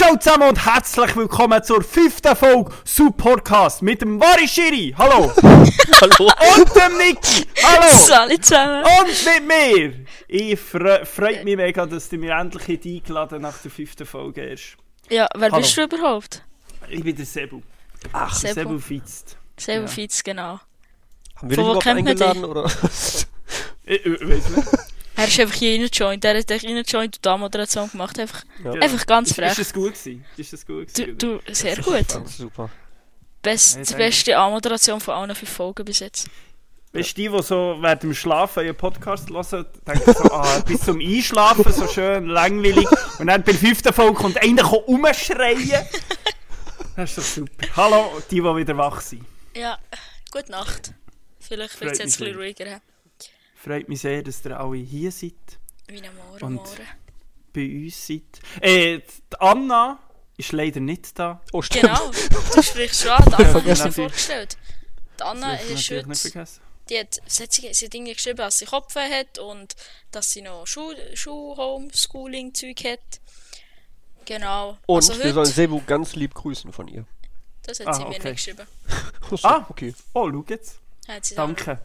Hallo zusammen und herzlich willkommen zur fünften Folge Subpodcast mit dem Wari Schiri. Hallo. Hallo. Und dem Niki. Hallo. Hallo zusammen. Und mit mir. Ich fre freut mich mega, dass du mir endlich heute eingeladen nach der fünften Folge erst. Ja, wer Hallo. bist du überhaupt? Ich bin der Sebu. Ach, Sebu. Sebu Fitzt. Selber Ja. Fitz, genau. Haben wir Von dich wo überhaupt kennt man dich? eingeladen? Oder? Ich, ich Äh, weiß nicht. Er ist einfach hier reingejoint. Er hat dich reingejoint und da Moderation gemacht. Einfach, Ja. einfach ganz Ist, frech. ist das gut gewesen? Ist das gut Du, gewesen? du sehr gut. Das ist super. Best, Ja, die danke. beste A-Moderation von allen fünf Folgen bis jetzt. Weißt du, die, die so während dem Schlafen einen Podcast hören, denken so, ah, bis zum Einschlafen so schön langweilig. Und dann bei der fünften Folge kommt einer kommt rumschreien. Das ist doch super. Hallo, die, die wieder wach sind. Ja, gute Nacht. Vielleicht Freut wird es jetzt ein mich bisschen ruhiger. Freut mich sehr, dass ihr alle hier seid, Meine Amore, Und- Amore. bei uns seid. Äh, die Anna ist leider nicht da. Oh, stimmt. Genau, du sprichst schon an. Die Anna hat Vergessen. nicht vorgestellt. Die Anna Das darf man ist natürlich heute... vergessen. Die hat, sie hat, sie sie hat irgendwie geschrieben, dass sie Kopf hat und dass sie noch Schu Schu Homeschooling Zeug hat. Genau. Und also wir sollen heute, Sebu ganz lieb grüßen von ihr. das hat Ah, sie mir okay. nicht geschrieben. Oh, so, Ah. okay. Oh, schau jetzt. Hat sie dann- Danke.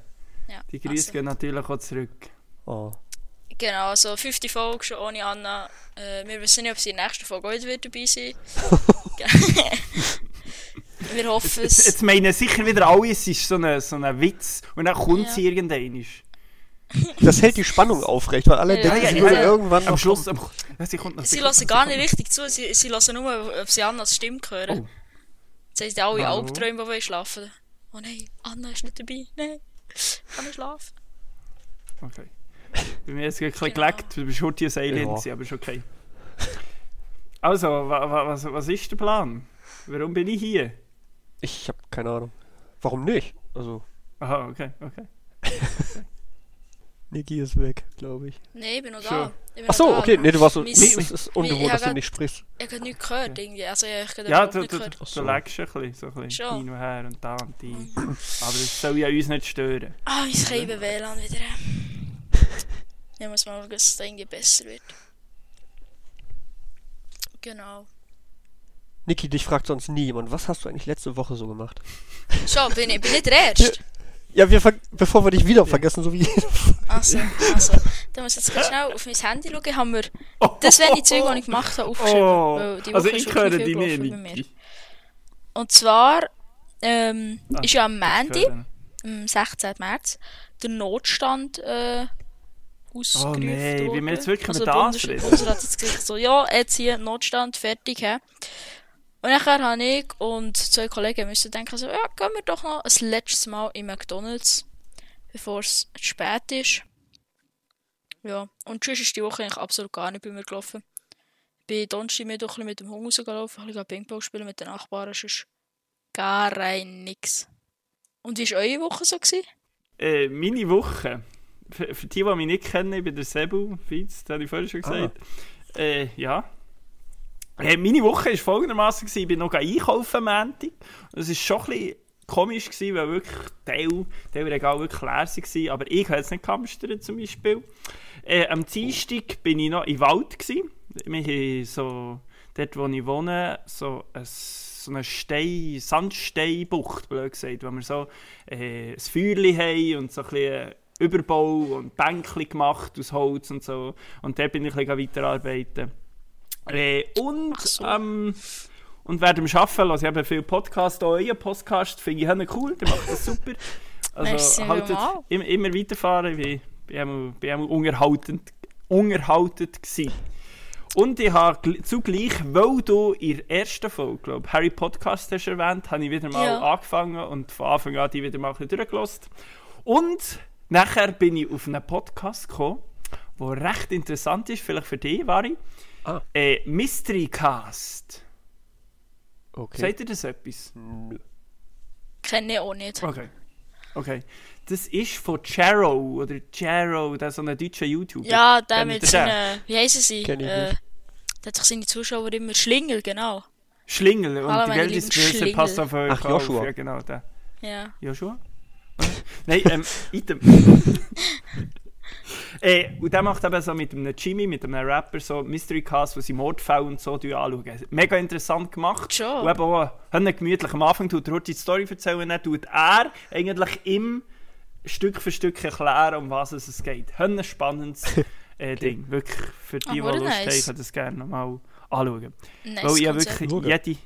Ja, Die Grüße also, gehen natürlich auch zurück. Oh. Genau, also fünfte Folge schon ohne Anna. Äh, wir wissen nicht, ob sie in der nächsten Folge heute wird dabei sein Wir hoffen Jetzt, es. jetzt meinen sicher wieder alle, es ist so ein so ein Witz. Und dann kommt Ja. sie irgendwann. Das hält die Spannung aufrecht, weil alle Ja, denken, ja, sie ja. würden irgendwann Am noch Schluss, am, sie kommt noch Sie lassen gar nicht richtig zu, sie, sie lassen nur, ob sie Annas Stimme hören. Oh. Jetzt haben sie alle Hallo? Albträume, die wollen schlafen Oh nein, Anna ist nicht dabei. Nein, Anna schlafen. Okay. Bei mir ist es ein bisschen Genau. gelegt, du bist heute ein Alien, Ja. gewesen, aber ist okay. Also, wa, wa, was, was ist der Plan? Warum bin ich hier? Ich habe keine Ahnung. Warum nicht? Also, Aha, okay, okay. Niki ist weg, glaube ich. Nein, ich bin noch da. Sure. Ich bin noch Ach so, da. okay. Nee, du warst so. Mein- es ist mein- ungewohnt, dass ja, du nicht sprichst. Ich habe nichts gehört, irgendwie. Also, ja, ich habe Ja, überhaupt du, nicht du, du, gehört. so. legst ein bisschen, so ein bisschen Schon. Mhm. hin und her und da und die. Aber das soll ja uns nicht stören. Ah, ich schreibe WLAN wieder. Nehmen wir es mal, dass es irgendwie besser wird. Genau. Niki, dich fragt sonst nie jemand, was hast du eigentlich letzte Woche so gemacht? Schon, bin ich, bin ich der Erste? Ja, wir ver bevor wir dich wieder vergessen, so wie Also, also. Dann muss ich jetzt ganz schnell auf mein Handy schauen. Haben wir das wenige Zeug, die ich gemacht habe, aufgeschrieben. Oh, weil die dus also Woche ich ist höre wirklich dich viel nicht, gelaufen bei mir. Niki. Und zwar ähm, Ah, ist ja am Montag, Hören. am 16. März, der Notstand äh, ausgerufen nein, Oh wie wir worden. jetzt wirklich also über der das Bundes- reden? Bundesrat hat jetzt gesagt, so, ja, jetzt hier Notstand, fertig. He. Und nachher habe ich und zwei Kollegen müssen denken, so, ja, gehen wir doch noch ein letztes Mal in McDonalds, bevor es zu spät ist. Ja, und sonst ist die Woche eigentlich absolut gar nicht bei mir gelaufen. Bin Donnerstag mir doch ein bisschen mit dem Hunger rausgelaufen, ein bisschen Ping-Pong spielen mit den Nachbarn, sonst gar rein nix. Und wie war eure Woche so? Gewesen? Äh, meine Woche. Für, für die, die mich nicht kennen, ich bin der Sebu, Fitz, das habe ich vorhin schon Ah. gesagt. Äh, ja. Äh, meine Woche war folgendermaßen: gewesen. Ich bin noch einkaufen am Montag. Und Es war schon ein bisschen komisch, gewesen, weil wirklich Teil, Teil Regal wirklich leer waren. Aber ich habe jetzt nicht gehamstert zum Beispiel. Äh, am Dienstag war ich noch im Wald. Gewesen. Wir haben so, dort, wo ich wohne, so, ein, so eine Stein, Sandsteinbucht, blöd gesagt, wo wir so äh, ein Feuerli haben und so ein bisschen Überbau und Bänkli gemacht aus Holz und so. Und dort bin ich ein bisschen weiterarbeiten. Äh, und, Ach so. ähm, und während dem Arbeiten höre ich eben viele Podcasts, auch euren Podcast, finde ich haben cool, der macht das super. Merci Also haltet vielmals. im, immer weiterfahren, ich bin ich bin unterhaltend, unterhaltend gewesen. Und ich habe gl- zugleich, weil du in der ersten Folge, glaub, Harry Podcast hast erwähnt, habe ich wieder mal Ja. angefangen und von Anfang an die wieder mal ein bisschen durchgelassen. Und nachher bin ich auf einen Podcast gekommen, der recht interessant ist, vielleicht für dich, Wari. Ah. Äh, Mystery Cast. Okay. Mm. Sagt ihr das etwas? Nö. Kenne ich auch nicht. Okay. Okay. Das ist von Jero oder Jero, der so ein deutscher YouTuber. Ja, der Kennt mit ihr den? seinen, wie heissen sie? Kenn ich Äh, nicht. der hat doch seine Zuschauer immer Schlingel, genau. Schlingel und Hallo, die meine Welt lieben ist böse, Schlingel. passt auf euch Ach, auf. Joshua. Ja, genau, der. Ja. Joshua? Nein, ähm, Item. Äh, und der macht eben so mit einem Jimmy, mit einem Rapper, so Mystery Cast, wo sie Mordfälle und so anschauen. Mega interessant gemacht. Schon. Und eben auch haben gemütlich am Anfang tut Rutschi die Story erzählen und dann tut er eigentlich im Stück für Stück erklären, um was es geht. Haben ein spannendes äh, Ding. Wirklich, für die, die Ah, Lust nice. haben, das gerne mal anschauen. Nice Weil ich habe Konzept. wirklich Schauen. jede,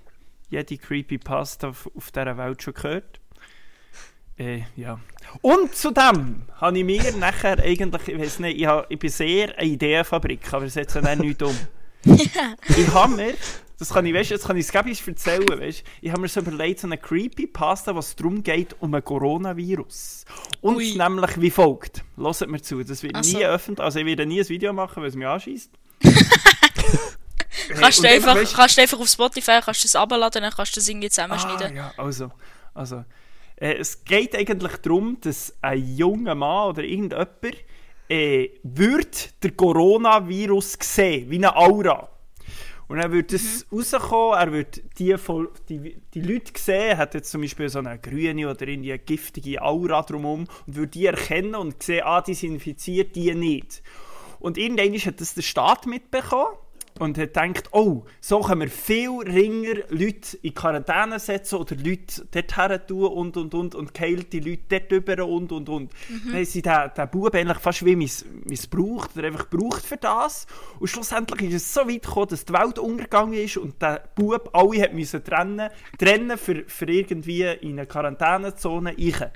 jede Creepypasta auf, auf dieser Welt schon gehört. Äh, ja. Und zudem habe ich mir nachher eigentlich, ich weiß nicht, ich, habe, ich bin sehr eine Ideenfabrik, aber es setzt dann nicht um. ich habe mir, das kann ich, weißt, jetzt kann ich es gleich erzählen, weißt, ich habe mir so überlegt, so eine Creepypasta, was darum geht, um ein Coronavirus. Und Ui. nämlich wie folgt. Hört mir zu, das wird Ach so. nie öffentlich, also ich werde nie ein Video machen, weil es mich anschießt. Kannst du einfach, kannst du einfach auf Spotify kannst du das abladen, dann kannst du das irgendwie zusammenschneiden. Ah, ja, also, also. Äh, es geht eigentlich darum, dass ein junger Mann oder irgendjemand äh, wird der Coronavirus sehen, wie eine Aura. Und dann wird es rauskommen, er wird die, voll, die, die Leute sehen, hat jetzt zum Beispiel so eine grüne oder irgendwie eine giftige Aura drumherum und würde die erkennen und sehen, ah, die sind infiziert, die nicht. Und irgendwann hat das der Staat mitbekommen und hat gedacht, oh, so können wir viel ringer Leute in Quarantäne setzen oder Leute dorthin tun und, und, und und geheilte Leute dort über und, und, und. Mhm. Dann haben sie den, den Buben eigentlich fast wie miss, missbraucht oder einfach gebraucht für das. Und schlussendlich ist es so weit gekommen, dass die Welt untergegangen ist und der Bub alle hat müssen trennen, trennen für, für irgendwie in eine Quarantänezone rein.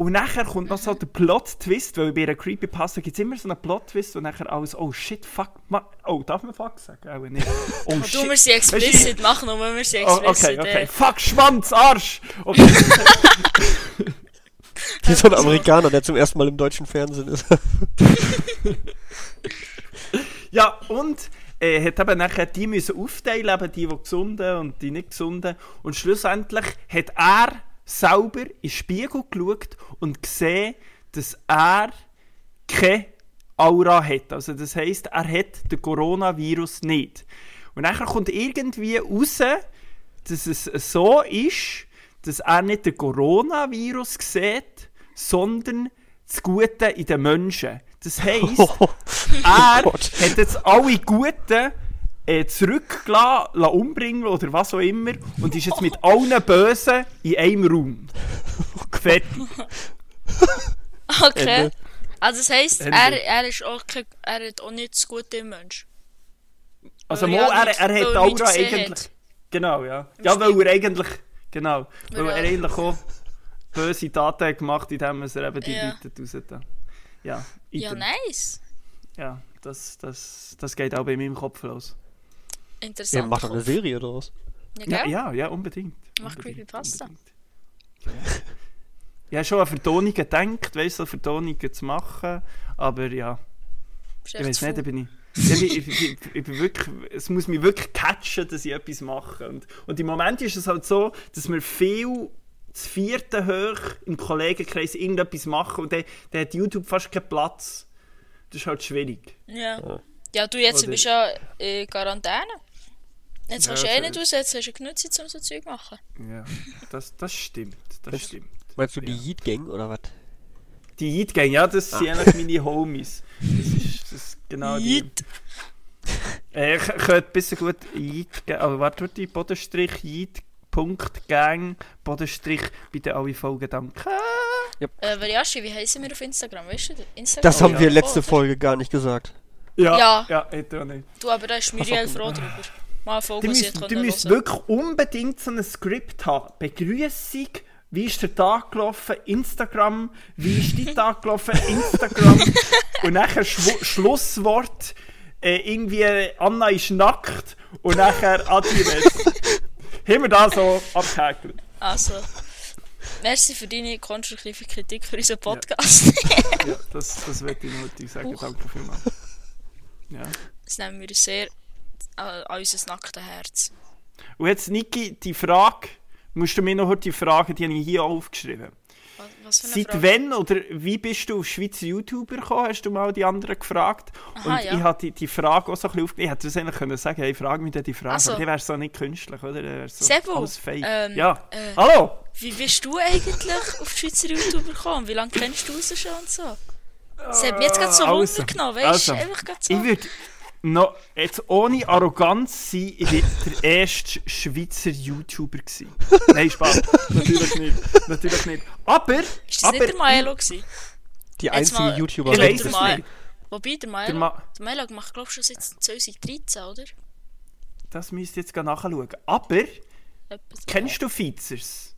Und nachher kommt noch so der Plot-Twist, weil bei einer Creepypasta gibt es immer so einen Plot-Twist und nachher alles, oh shit, fuck, ma oh, darf man fuck sagen? Auch nicht. Oh, Und du, wir sind explicit, mach nur, wir sind Oh, okay, explicit. okay. äh. Fuck, Schwanz, Arsch! Okay. Wie so ein also- Amerikaner, der zum ersten Mal im deutschen Fernsehen ist. Ja, und äh, hat eben nachher die müssen aufteilen, eben die, die gesunden und die nicht gesunden. Und schlussendlich hat er selber in den Spiegel geschaut und gesehen, dass er keine Aura hat. Also das heisst, er hat den Coronavirus nicht. Und nachher kommt irgendwie raus, dass es so ist, dass er nicht den Coronavirus sieht, sondern das Gute in den Menschen. Das heisst, Ah. er Oh Gott. hat jetzt alle Guten äh, zurückgelassen, lassen umbringen oder was auch immer und ist jetzt mit allen Bösen in einem Raum. Fertig. Okay. Ende. Also das heisst, Ende. er, er ist auch kein, er hat auch nicht das gute im Mensch. Also Weil mal, ja er, nicht- er hat weil die nicht Aura gesehen eigentlich... hat. Genau, ja. Ja, weil er eigentlich... Genau. Weil Weil er er- eigentlich auch böse Taten hat gemacht indem er eben die Ja. Leute raus... da- Ja, Ja, item. nice. ja das, das, das geht auch bei meinem Kopf los. Ja, Interessant. mach doch eine Serie draus. Ja, ja, ja. ja, ja unbedingt. Mach unbedingt, Creepypasta. unbedingt. Ja. Ich habe schon an Vertonungen gedacht, weißt du, Vertonungen zu machen, aber ja, ich weiß nicht, da bin ich. Ja, ich, ich, ich, ich bin wirklich, es muss mich wirklich catchen, dass ich etwas mache. Und, und im Moment ist es halt so, dass wir viel das vierte hoch im Kollegenkreis irgendetwas machen und dann, dann hat YouTube fast keinen Platz. Das ist halt schwierig. Ja. ja, du jetzt Oder- bist ja in Quarantäne. Jetzt Ja, kannst du eh fair. nicht raus, jetzt hast du genug Zeit, um so Zeug zu machen. Ja, das, das stimmt. Das Weißt- stimmt. Meinst du die Ja. Yeet Gang oder was? Die Yeet Gang, ja, das sind eigentlich meine Homies. Das ist, das ist genau die. Yeet. Äh, ich könnte besser gut Yeet Gang, aber warte, warte, Bodenstrich, Yeet, Punkt, Gang, Bodenstrich, bitte alle Folgen danke. Äh, Variashi, wie heißen wir auf Instagram? Weißt du, das? Instagram? Das haben ja. wir letzte Oh, Folge gar nicht gesagt. Ja. Ja, hätte auch nicht. Du, aber da ist Muriel Ach so. froh drüber. Mal eine Du Folge, die müsst, können du müsst hören. wirklich unbedingt so ein Skript haben. Begrüßung, wie ist der Tag gelaufen? Instagram, wie ist dein Tag gelaufen? Instagram. und nachher Schw Schlusswort, äh, irgendwie Anna ist nackt und nachher Adidas. Haben wir da so abgehäkelt. Also, merci für deine konstruktive Kritik für unseren Podcast. Ja, das, das wird ich nötig sagen. Huch. Danke vielmals. Ja. das nehmen wir sehr an an unser nacktes Herz. Und jetzt, Niki, die Frage, musst du mir noch heute die Frage, die habe ich hier aufgeschrieben. Was, was für eine Seit Frage? wann oder wie bist du auf Schweizer YouTuber gekommen? Hast du mal die anderen gefragt? Aha, und ja. ich hatte die, die Frage auch so ein bisschen aufgenommen. Ich hätte es eigentlich können sagen, hey, frag mich doch die Frage. Ach so. Aber die wäre so nicht künstlich, oder? Dann wäre So Sebu, alles fake. Also. ähm, ja. äh, Hallo! Wie bist du eigentlich auf die Schweizer YouTuber gekommen? Wie lange kennst du sie schon und so? Es hat mich jetzt gerade so Also, runtergenommen, weißt also. du? Einfach gerade Ich so. würde noch, jetzt ohne Arroganz sein, ich bin der erste Schweizer YouTuber gewesen. Nein, Spaß. Natürlich nicht. Natürlich nicht. Aber, Ist das aber, nicht der Maelo gewesen? Die Jetzt einzige mal- ich YouTuberin. weiß Der es Mael- nicht. Wobei, der Der Maelo, Ma der Maelo macht, glaube ich, schon seit 2013, oder? das müsst ihr jetzt gleich nachschauen. Aber, Etwa so. kennst du Fizers?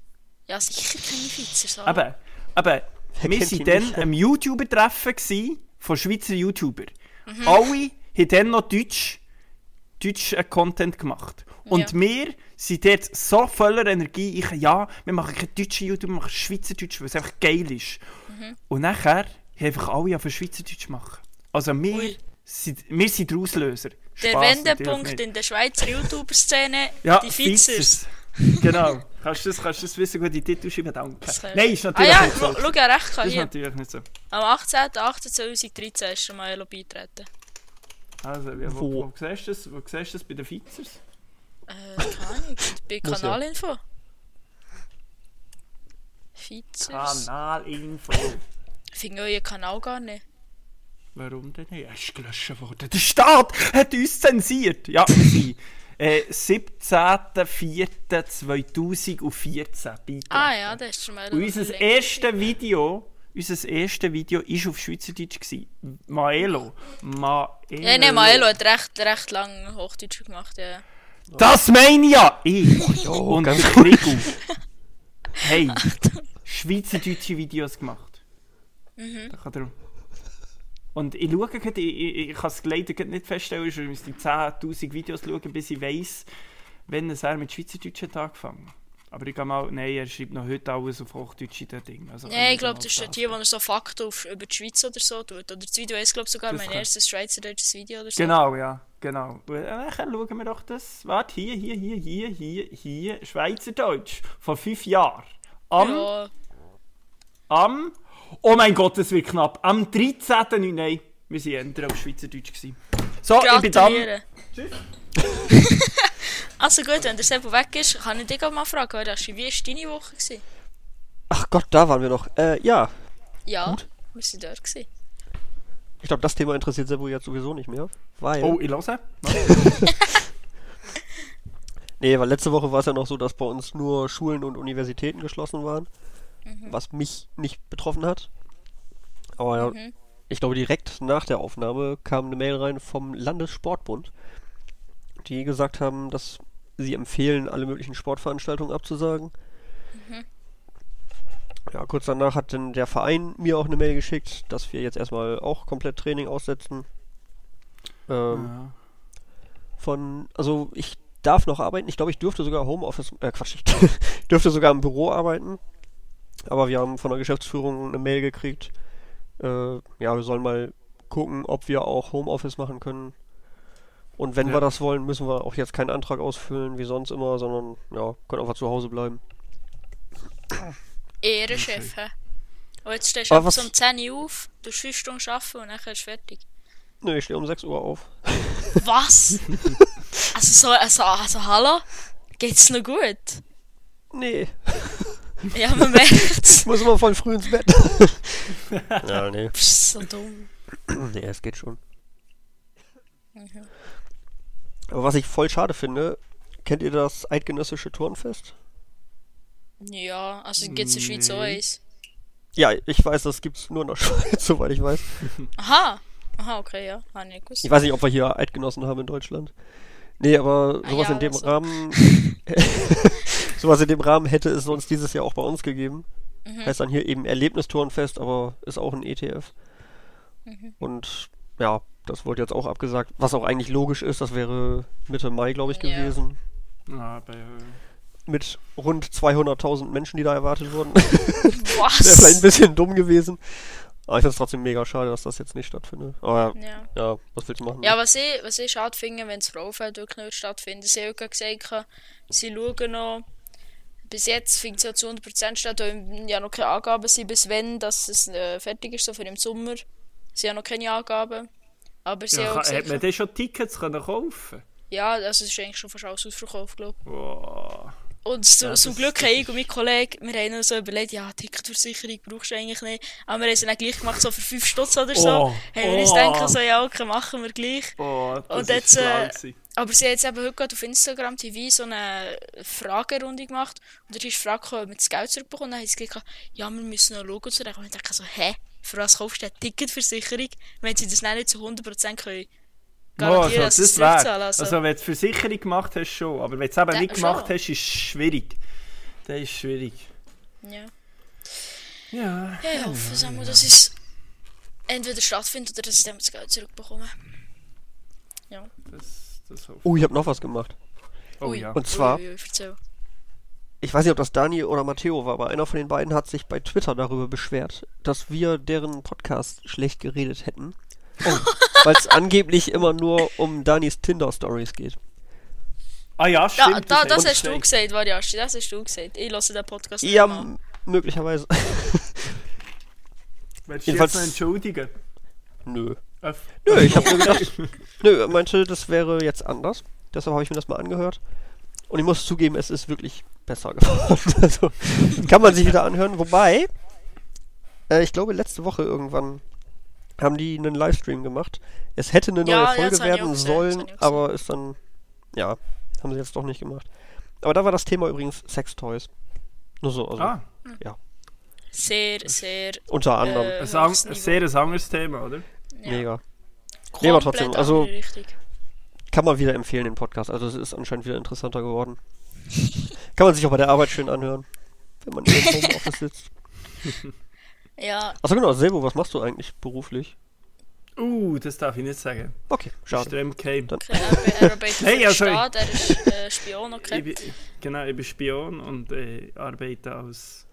Ja, sicher keine Fitzers. Aber Aber, aber, wir kennt waren ihn dann nicht? am YouTuber-Treffen gewesen von Schweizer YouTuber. Mhm. Alle haben dann noch Deutsch, Deutsch äh, Content gemacht. Und Ja. wir sind dort so voller Energie. Ich, ja, wir machen keinen deutschen YouTuber, wir machen Schweizerdeutsch, weil es einfach geil ist. Mhm. Und nachher haben einfach alle auf Schweizerdeutsch machen. Also wir, Ui. sind, wir sind der Auslöser. der Spass natürlich Wendepunkt nicht. in der Schweizer YouTuber-Szene, Ja, die Fitzers. Fitzers. genau. kannst du das, kannst du das wissen, gut, die Titel schreiben, danke. Das kann- Nein, ist Ah natürlich ja, nicht so. schau, schau, er hat recht Das gehabt ist hier. natürlich nicht so. Am 18.08.2013 ist der Maelo beitreten. Also, wie, wo, Wo? wo, siehst du das? Wo siehst du das bei den Fizers? Äh, keine Ahnung. Bei Muss ja. Kanalinfo. Fitzers. Kanalinfo. Ich finde euren Kanal gar nicht. Warum denn nicht? Er ist gelöscht worden. Der Staat hat uns zensiert. Ja, wir sind. Äh, 17.04.2014 beigetreten. Ah ja, das ist schon mal Und unser erstes Video, unser erstes Video war auf Schweizerdeutsch. Gewesen. Maelo. Maelo. Ja, Äh, nein, Maelo hat recht, recht lang Hochdeutsch gemacht, ja. Das meine ich ja! Ich und der ganz Krigu. Oh, Hey, schweizerdeutsche Videos gemacht. Mhm. Da kann er... Und ich schaue gerade, ich, ich, ich kann es leider gerade nicht feststellen, ich müsste 10'000 Videos schauen, bis ich weiss, wann es er mit Schweizerdeutsch hat angefangen Aber ich gehe mal... Nein, er schreibt noch heute alles auf Hochdeutsch in den Ding. Also Nein, ich glaube, das ist der die, wo er so Fakten auf, über die Schweiz oder so tut. Oder das Video ist, glaube ich, sogar Das mein kann- erstes schweizerdeutsches Video oder so. Genau, ja. Genau. Und dann schauen wir doch das. Warte, hier, hier, hier, hier, hier, hier. Schweizerdeutsch. Vor fünf Jahren. Am... Ja, Am. Oh mein Gott, es wird knapp. Am 13. Nein, wir waren entweder auf Schweizerdeutsch. Gewesen. So, ich bin dann. gratuliere. also gut, wenn der Sebo weg ist, kann ich dich auch mal fragen, oder? Wie war deine Woche? Gewesen? Ach Gott, da waren wir noch. Äh, ja. Ja, wir sind dort. Gewesen. Ich glaube, das Thema interessiert Sebo jetzt sowieso nicht mehr. Weil. Oh, ich höre. Nee, weil letzte Woche war es ja noch so, dass bei uns nur Schulen und Universitäten geschlossen waren. Was mich nicht betroffen hat. Aber ja, ich glaube, direkt nach der Aufnahme kam eine Mail rein vom Landessportbund, die gesagt haben, dass sie empfehlen, alle möglichen Sportveranstaltungen abzusagen. Ja, kurz danach hat dann der Verein mir auch eine Mail geschickt, dass wir jetzt erstmal auch komplett Training aussetzen. Ähm, Ja. von, also ich darf noch arbeiten. Ich glaube, ich dürfte sogar Homeoffice, äh Quatsch, ich dürfte sogar im Büro arbeiten. Aber wir haben von der Geschäftsführung eine Mail gekriegt. Äh, ja, wir sollen mal gucken, ob wir auch Homeoffice machen können. Und wenn Ja. wir das wollen, müssen wir auch jetzt keinen Antrag ausfüllen, wie sonst immer, sondern ja, können einfach zu Hause bleiben. Ehrenchef, hä? Und jetzt stehst du Aber ab Ah, was- um 10 Uhr auf, du 5 Stunden arbeiten und dann ist fertig. Nö, ich stehe um 6 Uhr auf. Was? also, so, also, also, hallo? Geht's noch gut? Nee, Ja, man merkt's. ich muss immer voll früh ins Bett. ja, nee. Psst, so dumm. Nee, es geht schon. Aber was ich voll schade finde, kennt ihr das Eidgenössische Turnfest? Ja, also geht's in der Schweiz auch Nee. eins. Ja, ich weiß, das gibt's nur in der Schweiz, soweit ich weiß. Aha! Aha, okay, ja. Ah, nee, gewusst. Ich weiß nicht, ob wir hier Eidgenossen haben in Deutschland. Nee, aber Ah, sowas ja, in dem das so. Rahmen. sowas in dem Rahmen hätte es sonst dieses Jahr auch bei uns gegeben. Mhm. Heißt dann hier eben Erlebnisturnfest, aber ist auch ein ETF. Mhm. Und ja, das wurde jetzt auch abgesagt, was auch eigentlich logisch ist, das wäre Mitte Mai, glaube ich, Ja. gewesen. Ja, aber, äh, mit rund 200.000 Menschen, die da erwartet wurden. Wäre vielleicht ein Was? bisschen dumm gewesen. Aber ich finde es trotzdem mega schade, dass das jetzt nicht stattfindet. Aber Ja. ja, was willst du machen? Ja, was ich, was ich schade finde, wenn das Frauenfeld wirklich nicht stattfindet. Sie haben ja gesagt, sie schauen noch. Bis jetzt findet es ja zu 100% statt, weil ja noch keine Angaben sind, bis wenn dass es äh, fertig ist, so für im Sommer. Sie haben noch keine Angaben. Aber sie ja, haben auch kann, hat man gesagt, dann schon Tickets können kaufen ja, also es ist eigentlich schon fast alles ausverkauft, glaube Wow. Und zu, Ja, zum das- Glück das habe ich und ist- mein Kollege, wir haben uns so überlegt, ja, Ticketversicherung brauchst du eigentlich nicht. Aber wir haben es dann gleich gemacht, so für 5 Stutz oder so. Oh, haben wir uns oh. gedacht, so, ja, okay, machen wir gleich. Oh, das Und und jetzt, jetzt, ist schlau äh, gewesen. Aber sie hat jetzt eben heute gerade auf Instagram TV so eine Fragerunde gemacht. Und da ist die Frage gekommen, ob wir das Geld zurückbekommen. Dann haben sie gesagt, ja, wir müssen noch schauen. Und so. Und ich dachte so, hä? Für was kaufst du eine Ticketversicherung, wenn sie das dann nicht zu 100% können? Garantieren, Oh, dass sie es wär- zurückzahlen. Also, Also, wenn du die Versicherung gemacht hast, schon. Aber wenn du es eben Ja, nicht gemacht schon. hast, ist es schwierig. Das ist schwierig. ja. Ja. Ja, ich hoffe, es einmal, dass es entweder stattfindet oder dass ich dann das Geld zurückbekomme. Das, das hoffe Oh, ich habe noch was gemacht. ich. Oh Ui. ja. Und zwar, Ui, ui, ui, erzähl. ich weiß nicht, ob das Dani oder Matteo war, aber einer von den beiden hat sich bei Twitter darüber beschwert, dass wir deren Podcast schlecht geredet hätten. Weil es angeblich immer nur um Danis Tinder-Stories geht. Ah ja, Ja, stimmt. da, das haben hast wir du gesagt, Variasti, das hast du gesagt. Ich lasse den Podcast Ja, nicht mal. m- möglicherweise. Willst du dich Jedenfalls- jetzt noch entschuldigen? Nö. Äh, Nö, ich habe mir gedacht, nö, er meinte, das wäre jetzt anders. Deshalb habe ich mir das mal angehört. Und ich muss zugeben, es ist wirklich besser geworden. Also, kann man sich wieder anhören. Wobei, äh, ich glaube, letzte Woche irgendwann haben die einen Livestream gemacht. Es hätte eine neue Ja, ja, Folge das hab ich auch werden gesehen, das sollen, hab ich auch gesehen. aber ist dann, ja, haben sie jetzt doch nicht gemacht. Aber da war das Thema übrigens Sextoys. Nur so, also, Ah, Sehr, sehr. unter anderem. äh, ein, hohes an, ein Niveau. sehr ein anderes Thema, oder? ja. Mega. Komplett aber trotzdem, also- andere Richtung. Kann man wieder empfehlen, den Podcast. Also es ist anscheinend wieder interessanter geworden. Kann man sich auch bei der Arbeit schön anhören, wenn man im Homeoffice sitzt. Ja, Achso genau, Sebo, was machst du eigentlich beruflich? Uh, das darf ich nicht sagen. Okay, schade. Strem Game. okay, er er arbeitet für Hey, ja, den sorry. Staat, er ist äh, Spion, okay? Ich bin, genau, ich bin Spion und äh, arbeite als.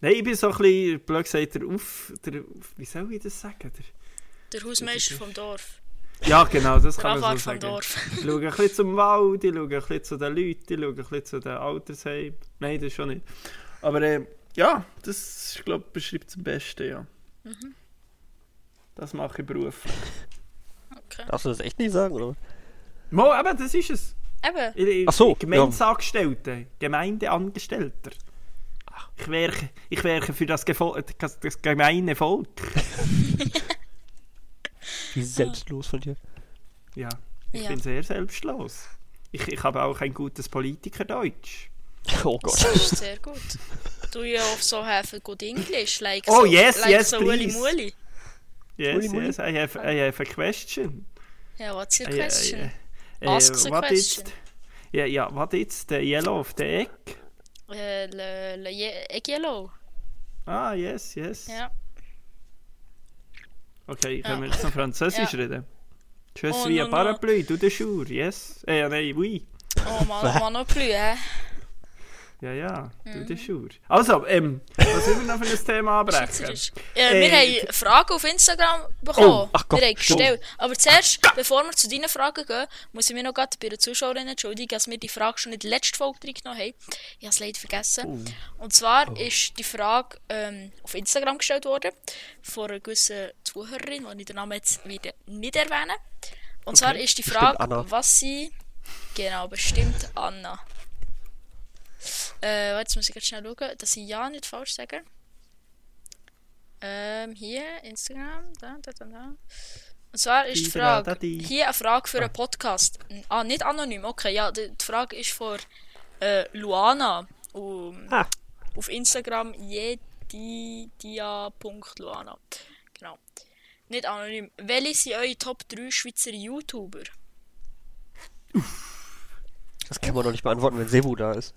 Nein, ich bin so ein bisschen, blöd gesagt, der Auf. Der, Auf- wie soll ich das sagen? Der, Der Hausmeister vom Dorf. ja, genau, das Der kann man Anwalt so sagen. vom Dorf. Ich schaue ein bisschen zum Wald, ich schaue ein bisschen zu den Leuten, ich schaue ein bisschen zu den Altersheimen. Nein, das schon nicht. Aber äh, ja, das ich glaube beschreibt es am besten, ja. Mhm. Das mache ich Beruf. Okay. Darfst du das echt nicht sagen, oder? Mo, aber das ist es. Eben, Ich- ich- Ach so, Gemeindeangestellte, Gemeindeangestellter. Ich werke, ich werke für das, Gefo das, das gemeine Volk. Wie selbstlos von dir. Ja, ich ja. bin sehr selbstlos. Ich, ich habe auch ein gutes Politikerdeutsch. Oh Das Gott. ist sehr gut. Do you also have a good English? Like Oh, so, yes, like yes, so please. Ueli-Muli? Yes, Muli, muli. yes, I have, I have a question. Ja, what's your I- I- question? Uh, Ask the what question. Is, yeah, yeah, what is the yellow of the egg? Äh, le, le Ye- Egg Yellow. Ah, yes, yes. Ja. Okay, Ja. können wir jetzt noch Französisch Ja. reden? Je Oh, suis non, un non. parapluie, du de jour, yes? Eh, ja, nein, oui. Oh Mann, Manoplu, hä? Ja, ja, du Mhm. de jour. Also, ähm, was will wir noch für ein Thema abbrechen? Schweizerisch. Äh, wir Äh, haben Fragen auf Instagram bekommen. Oh, ach Gott, wir haben gestellt. Aber zuerst, bevor wir zu deinen Fragen gehen, muss ich mich noch gerade bei den Zuschauerinnen entschuldigen, dass wir die Frage schon in der letzten Folge reingenommen haben. Ich habe es leider vergessen. Oh. Und zwar ist die Frage ähm, auf Instagram gestellt worden von einer gewissen Zuhörerin, die ich den Namen jetzt wieder nicht erwähne. Und zwar ist die Frage, Anna. was sie... Genau, bestimmt Anna. Äh, warte, jetzt muss ich ganz schnell schauen, dass ich ja nicht falsch sage. Ähm, hier, Instagram, da, da, da, da. Und zwar ist die Die, da, da, Frage, die. hier eine Frage für einen Podcast. Ah, nicht anonym, okay, ja, die, die Frage ist von äh, Luana. Um, Ah. Auf Instagram jedidia.luana. Genau. Nicht anonym. Welche sind eure Top 3 Schweizer YouTuber? Das kann man doch nicht beantworten, wenn Sebo da ist.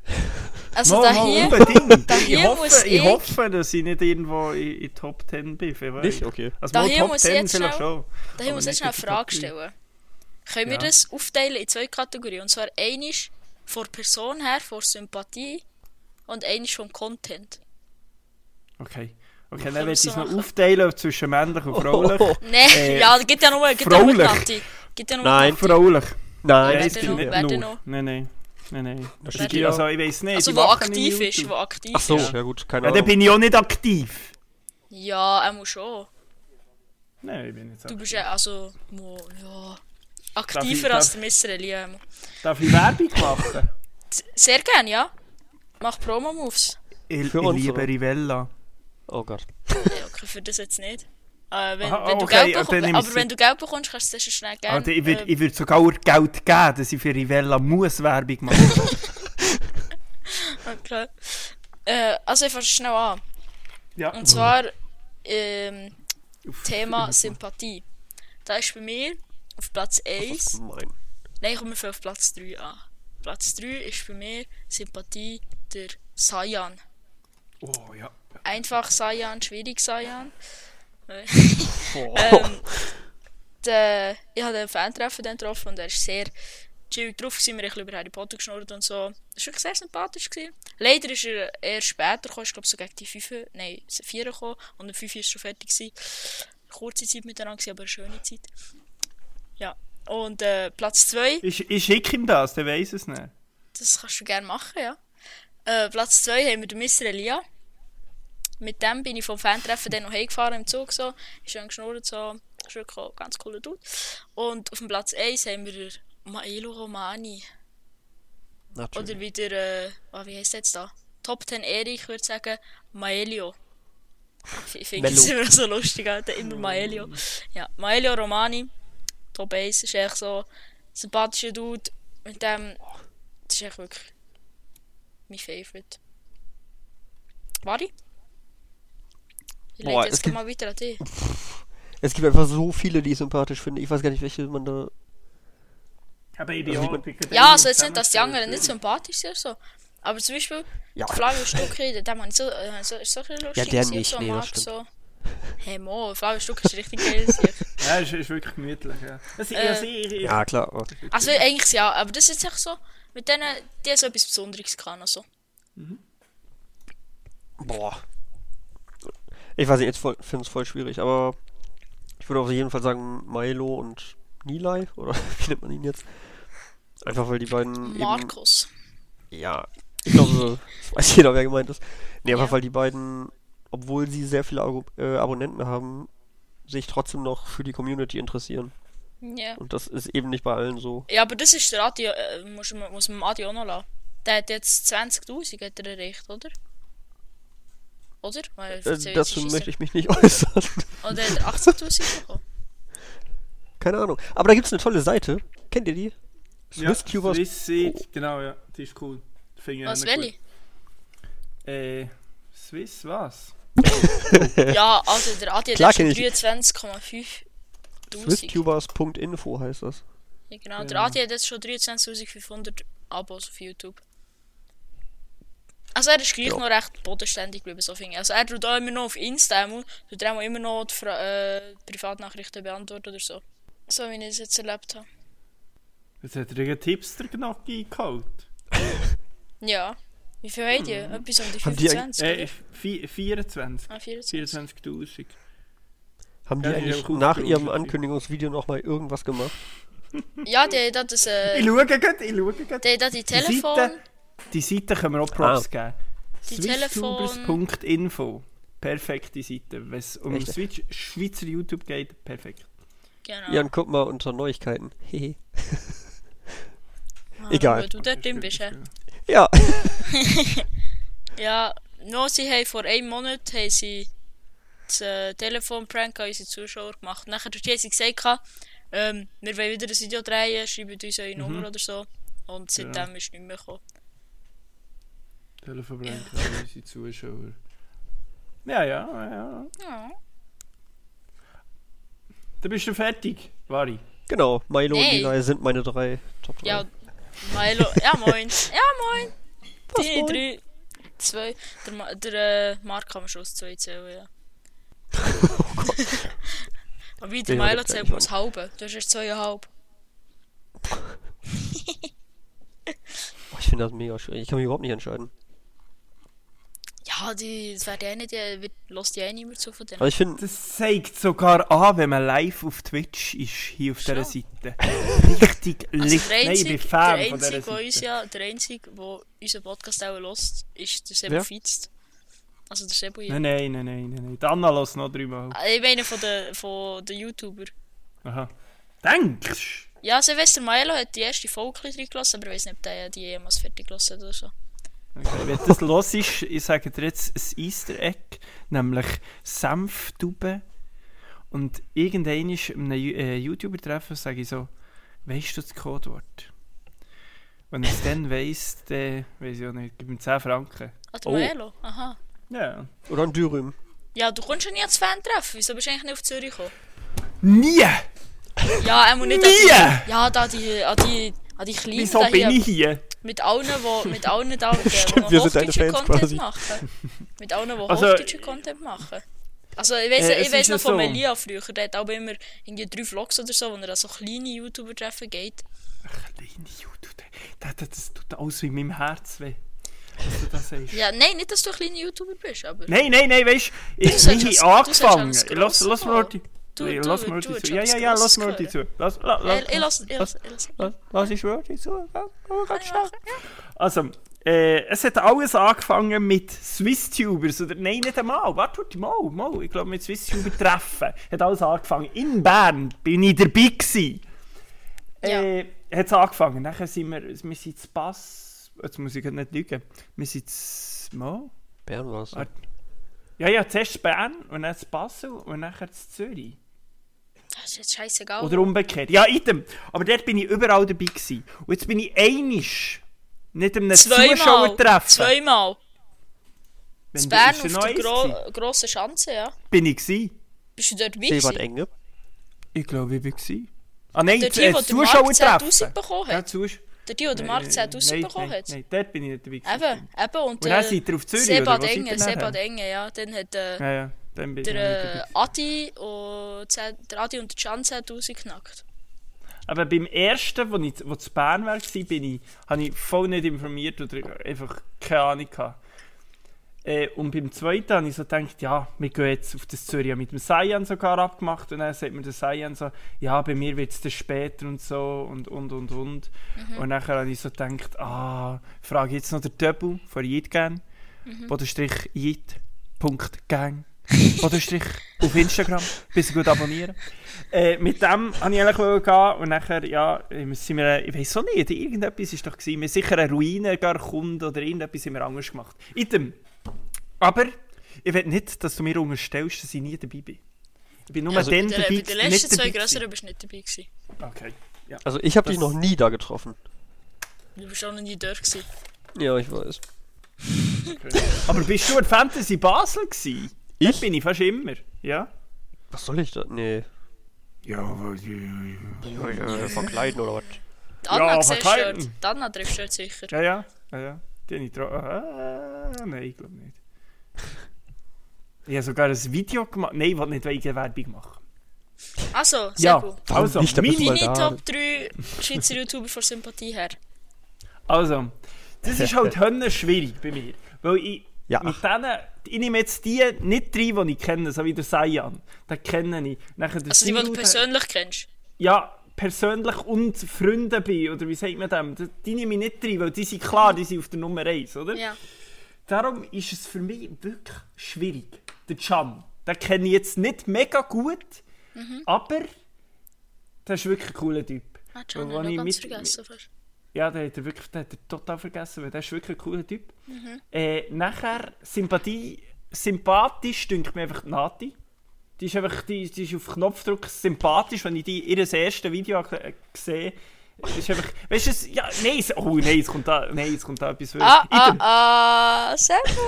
Also Mo, da mo, hier, unbedingt. da ich, hier muss hoffe, ich ich- hoffe, dass ich nicht irgendwo in, in Top 10 bin. wer weiß. Okay. Also, Da mal hier Top muss ich 10 jetzt vielleicht schnell- schon. da hier aber muss nicht ich schnell in eine der Top Frage drei. stellen. Können wir Ja. das aufteilen in zwei Kategorien? Und zwar einisch vor Person her, vor Sympathie und einisch vom Content. Okay. Okay, dann wir werde ich so es noch machen. aufteilen zwischen männlich und fraulich. Oh, Nein, Äh, ja, gibt ja nur, gibt ja nur fraulich. Tante. Gibt ja nur Nein, Tante. Fraulich. nein, Wer es denn gibt noch? nicht Wer denn nur. noch? Nein, nein. Nein, nein. das steht steht Ich, ja. also, ich weiß nicht. Also, die wo machen aktiv nicht ist, YouTube. wo aktiv Ach so, ist. ja gut, keine Ja, dann Ahnung. bin ich auch nicht aktiv. Ja, er muss schon. Nein, ich bin nicht Du aktiv. bist ja, also, mo, ja, Darf ich- aktiver darf- als der Mr. Elia. mo. Darf ich Werbung machen? Z- Sehr gern, ja. Mach Promo-Moves. Ich, Für ich uns, liebe oder? Rivella. Oh Gott. Ja, okay, für das jetzt nicht. Äh, wenn, Aha, wenn du okay, Geld dann bekommst, nehme ich aber sie. wenn du Geld bekommst, kannst du das schnell gerne. Alter, ich würde äh, ich würd sogar Geld geben, dass ich für Rivella muss Werbung machen okay. äh, also ich fange schnell an. Ja. Und zwar ähm, Uff, Thema Sympathie. Da ist bei mir auf Platz 1. Mein. Nein, ich komme auf Platz 3 an. Platz 3 ist bei mir Sympathie der Sayan. Oh ja. Einfach Sayan, schwierig Sayan. Oh. Ähm, der, ich habe den Fan-Treffen dann getroffen und er ist sehr chillig drauf. Gewesen. Wir haben ein bisschen über Harry Potter geschnurrt und so. Das war wirklich sehr sympathisch. Gewesen. Leider ist er erst später gekommen. Ich glaube, so gegen die 5, nein, 4 gekommen. Und um 5 war er schon fertig. Gewesen. Kurze Zeit miteinander, gewesen, aber eine schöne Zeit. Ja. Und äh, Platz 2, Ich, ich schicke ihm das, der weiß es nicht. das kannst du gerne machen, ja. Äh, Platz 2 haben wir den Mr. Elia. Mit dem bin ich vom Fantreffen dann noch hingefahren im Zug. So. Ist schön geschnurrt, so. Ist wirklich auch ein ganz cooler Dude. Und auf dem Platz 1 haben wir den Maelo Romani. Natürlich. Oder wieder, äh, ah, wie heißt jetzt da? Top 10 Erik, ich würde sagen, Maelio. Ich finde Melo. es immer so lustig, Alter. Immer Maelio. Ja, Maelio Romani, Top 1 ist echt so ein sympathischer Dude. Mit dem, das ist echt wirklich mein Favorite. Warte. Ich Boah, es lege jetzt gleich gibt- mal weiter an dich. Es gibt einfach so viele, die ich sympathisch finde. Ich weiß gar nicht, welche man da. Aber ich bin Also, auch ich Piccadilly Ja, also jetzt nicht, dass die zusammen- anderen nicht sympathisch sind oder so. Aber zum Beispiel, Ja. Flavio Stucki, der- der Mann ist so, äh, so, ist so ein bisschen lustig. der gewesen, nicht, so nee, das Mark, stimmt. so. Hey Mo, Flavio Stucki ist richtig geil. sicher. Ja, ist, ist wirklich gemütlich. Ja. Das, Äh, also, ich, ich, Ja, klar. aber- Also eigentlich ja, aber das ist jetzt echt so, mit denen, die haben so etwas Besonderes kann also. Boah. Ich weiß nicht, jetzt finde es voll schwierig, aber ich würde auf jeden Fall sagen Milo und Nilay, oder wie nennt man ihn jetzt? Einfach weil die beiden eben, Markus. ja, ich glaube, weiß jeder, wer gemeint ist. Nee, einfach Ja. weil die beiden, obwohl sie sehr viele Ago- äh, Abonnenten haben, sich trotzdem noch für die Community interessieren. Ja. Und das ist eben nicht bei allen so. Ja, aber das ist der Adi, äh, muss, man- muss man Adi auch noch lassen. Der hat jetzt 20'000 hat er erreicht, oder? Oder? Weil, Äh, erzähl jetzt dazu nicht möchte Scheisse. ich mich nicht äußern. Oder hat er 80'000 bekommen? Keine Ahnung. Aber da gibt es eine tolle Seite. Kennt ihr die? ja, Swisscubers- Swiss Seed, genau, ja. Die ist cool. Finde ich Was, immer welche? gut. Äh, Swiss was? Ja, also der Adi hat Klar jetzt schon kenn ich- 23,5 Tausend. Swisscubers.info heißt das. Ja, genau, der Ehm. Adi hat jetzt schon 23.500 Abos auf YouTube. dus Also er ist gleich Ja. noch recht bodenständig geblieben, so finde ich. Also er tut auch immer noch auf Insta, einmal, tut er auch immer noch die Fra äh, Privatnachrichten beantworten oder so. So wie ich es jetzt erlebt habe. Jetzt hat er irgendeinen Tipster Gnocchi geholt. Ja. Wie viel haben die? Etwas um die Haben Hmm. Ah, die 25, Äh, oder? vi- 24. Ah, 24. 24.000. Haben die Ja, die eigentlich haben gut nach für ihrem uns. Ankündigungsvideo nochmal irgendwas gemacht? Ja, die haben da das, äh, Ich schaue grad, ich schaue grad. die haben da die Seite, Telefon... die Seite können wir auch Props geben. Die Telefon- Swisstubers.info. Perfekte Seite. Wenn es um Echt? Switch, Schweizer YouTube geht, perfekt. Genau. Ja, und guck mal unter Neuigkeiten. Hehe. Ah, egal. weil Du dort drin bist, hä? ja. Ja, no, sie haben vor einem Monat haben sie das äh, Telefonprank an unsere Zuschauer gemacht. Nachher dort haben sie gesagt, gehabt, ähm, wir wollen wieder ein Video drehen, schreibt uns eure Nummer oder so. Und seitdem ist nicht mehr gekommen. Telefonbrennt an unsere Zuschauer. Ja, ja, ja. Ja. Dann bist du fertig, Wari. Genau, Milo und Hey. Nilay sind meine drei Top 3. Ja, Milo. Ja, moin. Ja, moin. Die drei, zwei. Der, Ma- der äh, Mark kann man schon aus zwei zählen, ja. Aber wie der Ja, Milo das zählt kann man aus halben. Du hast erst zweieinhalb. Oh, ich finde das mega schwierig. Ich kann mich überhaupt nicht entscheiden. Ja, die, das wäre die eine, die wird, lässt die eine immer zu von denen. Aber Also ich finde, Das zeigt sogar an, wenn man live auf Twitch ist, hier auf dieser Schon. Seite. Richtig Also lit. Nein, der ich bin einzige, der Fan von dieser einzige, der uns Seite. ja, der einzige, der unseren Podcast auch lost, dus ist der Sebo Wer? Fietz. Also der Sebo dus hier. Nein, nein, nein, nein, nein. nein. Die Anna lässt noch dreimal. Ah, Ich meine von den von den YouTuber. Aha. Denkst Ja, Silvester Milo hat die erste Folge ein bisschen reingelassen, aber ich weiß nicht, ob der die jemals fertig gelassen hat oder so. Okay, wenn das los ist, ich sage dir jetzt ein Easter Egg, nämlich Senftube. Und irgendein ist einem Ju- äh, YouTuber treffen, sage ich so, weißt du das Codewort? Wenn er es dann weiss, dann weiß ich auch nicht, gib ihm 10 Franken. Oder Oh. Melo, aha. Ja. Oder ein Dürüm. Ja, du kommst ja nie ans Fan-Treffen, wieso bist du eigentlich nicht auf Zürich gekommen? Nie! Ja, er muss nicht an Nie! die, Ja, da die, an die, an die Kleinen Wieso da bin hier. ich hier? Mit allen, wo, mit allen da, die Stimmt, wo wir sind deine hochdeutschen Fans Content quasi. machen. Mit allen, die Also, hochdeutschen Content machen. Also ich weiß äh, es ich ist weiss noch ja von so. Melia früher, der hat auch immer irgendwie drei Vlogs oder so, wo er an so kleine YouTuber treffen geht. Kleine YouTube, das, das, das tut alles in meinem Herz weh, dass du das sagst. Ja, nein, nicht, dass du ein kleiner YouTuber bist, aber... Nein, nein, nein, weißt du, ich sollst bin als- du angefangen. sollst als Lass, lass Grosser mir heute. Du- Ey, du- Lass mir heute du zu. willst Ja, als ja, ja, lass mir Grosses heute zu. Lass, la, la, Ich, ich lass, ich lass, ich lass. lass, lass ich heute zu. Lass- lass ganz ich schnell. machen, Also, äh, es hat alles angefangen mit Swisstubers. Oder, nein, nicht einmal. Warte, warte, mal, mal. Ich glaube, mit Swisstuber treffen. Hat alles angefangen. In Bern bin ich dabei. Gewesen. Ja. Äh, hat es angefangen. Nachher sind wir, wir sind zu Pass. Jetzt muss ich gerade nicht lügen. Wir sind zu. Mal. Bern war's. Warte. Ja, ja, zuerst in Bern und dann in Basel und nachher in Zürich. Das ist jetzt scheißegal. Oder umgekehrt. Ja, item. Aber dort bin ich überall dabei. Gewesen. Und jetzt bin ich einisch. Nicht einem Zweimal, Zuschauertreffen. zweimal. Wenn In du- Bern ist ja auf noch der eins gewesen. gro grossen Schanze, ja. Bin ich gewesen. Bist du dort Seebad mitgegangen? Enge. Ich glaube, ich war gewesen. Ah nein, Dort das hier, äh, wo das der Markt Zuschauertreffen. 10'000 bekommen Ja, hat. Zusch äh, Dort hier, wo der Markt 10'000 nein, bekommen nein, hat. nein, dort bin ich nicht dabei. gewesen. Eben, eben. Und, Und dann seid ihr auf Zürich, oder Sebad was seid Enge, ihr nachher? Sebad Enge, ja. Dann hat äh, Ja, ja, dann bin ich nicht der äh, dabei. Adi, und, zehn- der Adi und der Can 10'000 geknackt. Aber beim ersten, wo ich wo zu Bern war, bin ich, habe ich voll nicht informiert oder einfach keine Ahnung gehabt. Äh, und beim zweiten habe ich so gedacht, ja, wir gehen jetzt auf das Zürich. Ich habe mit dem Saiyan sogar abgemacht und dann sagt mir der Saiyan so, ja, bei mir wird es dann später und so und und und und. Mhm. Und nachher habe ich so gedacht, ah, frage jetzt noch den Töbel von Jitgang, mhm. Bodenstrich Jit.gang, Bodenstrich auf Instagram, bis gut abonnieren. Äh, mit dem wollte ich eigentlich wollen gehen und nachher, ja, äh, sind wir, äh, ich weiß auch nicht, irgendetwas war doch, gewesen. wir sind sicher eine Ruine gar Kund oder irgendetwas haben wir anders gemacht. Item. Aber ich will nicht, dass du mir unterstellst, dass ich nie dabei bin. Ich bin nur Ja, bei dann der- dabei, bei den letzten nicht zwei dabei grösseren bist du nicht dabei gewesen. gewesen. Okay. Also ich habe dich Das- noch nie da getroffen. Du bist auch noch nie dort gewesen. Ja, ich weiß. Aber bist du ein Fantasy Basel gewesen? Dort bin ich fast immer, ja? Was soll ich da? Nee. Ja, aber... Verkleiden oder was? Die Anna aber siehst du kein- dort. Die Anna triffst du dort sicher. Ja, ja, ja, ja. Die habe ich getroffen. Ah, nein, ich glaube nicht. Ich habe sogar ein Video gemacht. Nein, ich will nicht wegen Werbung machen. Also, Ja, Sebu. also, nicht? Da bist du meine, mal- Deine da. Top 3 Schweizer YouTuber von Sympathie her. also, das ist halt hönne schwierig bei mir. Weil ich Ja. mit denen, ich nehme jetzt die nicht rein, die ich kenne, so wie der Saiyan. Den kenne ich. Nachher der Also die, die Cyril, du den- persönlich kennst. ja, persönlich und Freunde bin, oder wie sagt man dem? Die- Die nehme ich nicht rein, weil die sind klar, die sind auf der Nummer 1, oder? Ja. Ah, Darum ist es für mich wirklich schwierig. Der Can, den kenne ich jetzt nicht mega gut, Mhm. aber das ist wirklich ein cooler Typ. Ah, Weil Can, wenn ich ich ganz mit- vergessen fast. Ja, den hat er wirklich den hat er total vergessen, weil der ist wirklich ein cooler Typ. Mhm. Äh, nachher, Sympathie, sympathisch dünkt mir einfach die Nati. Die ist einfach die, die ist auf Knopfdruck sympathisch, wenn ich die ihr erstes Video g- äh, sehe. Es Ist einfach, weißt du, es, ja, nein, es, oh nein, es kommt da, nein, es kommt da etwas Böses. Ah, Item. ah, ah, Sebu.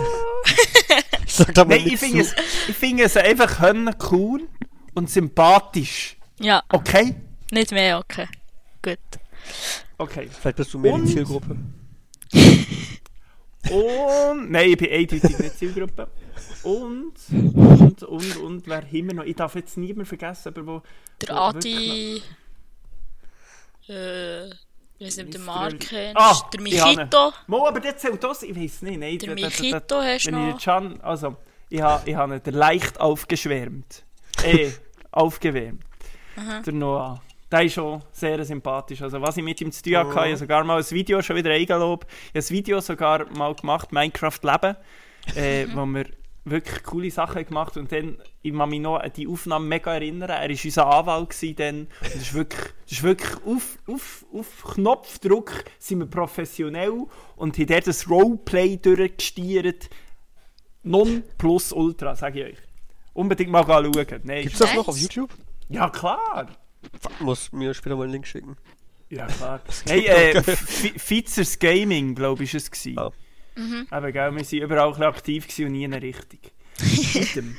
Ich sag da mal Nein, ich nichts finde zu. es, ich finde es einfach hören cool und sympathisch. Ja, Okay? nicht mehr, okay. Gut. Okay. Vielleicht bist du mehr Und- die Zielgruppe. Und. Nein, ich bin eindeutig nicht Zielgruppe. Und, und, und, und, wer immer noch. Ich darf jetzt niemanden vergessen, aber wo. Der wo wirklich Adi. Äh, ich weiß nicht, ob du den Mister- Mark kennst. Ah, der ich habe ihn. Michito. Mo, aber der zählt das. Ich weiß nicht. Nein, da- Der da- da- Michito hast du Wenn ich den noch. Can. Also, ich habe ich ha ihn der leicht aufgeschwärmt. Eh, aufgewärmt. Der Noah. Der ist schon sehr sympathisch. Also, was ich mit ihm zu tun hatte, ich Oh. habe sogar mal ein Video, schon wieder Eigenlob. Ich habe ein Video sogar mal gemacht, Minecraft Leben, äh, wo wir wirklich coole Sachen gemacht und dann, ich kann mich noch an die Aufnahme mega erinnern, er war unser Anwalt gewesen dann und das ist wirklich, das ist wirklich auf, auf, auf Knopfdruck sind wir professionell und haben dort das Roleplay durchgestiert, non plus ultra, sage ich euch. Unbedingt mal schauen. Nein, Gibt's ist- das noch auf YouTube? ja klar! Fuck, Muss mir später mal einen Link schicken. Ja, klar. Hey, äh, F- Fizers Gaming, glaube ich, war es. Gewesen. Ah. Aber gell, wir waren überall ein bisschen aktiv gewesen und nie in der Richtung. Item.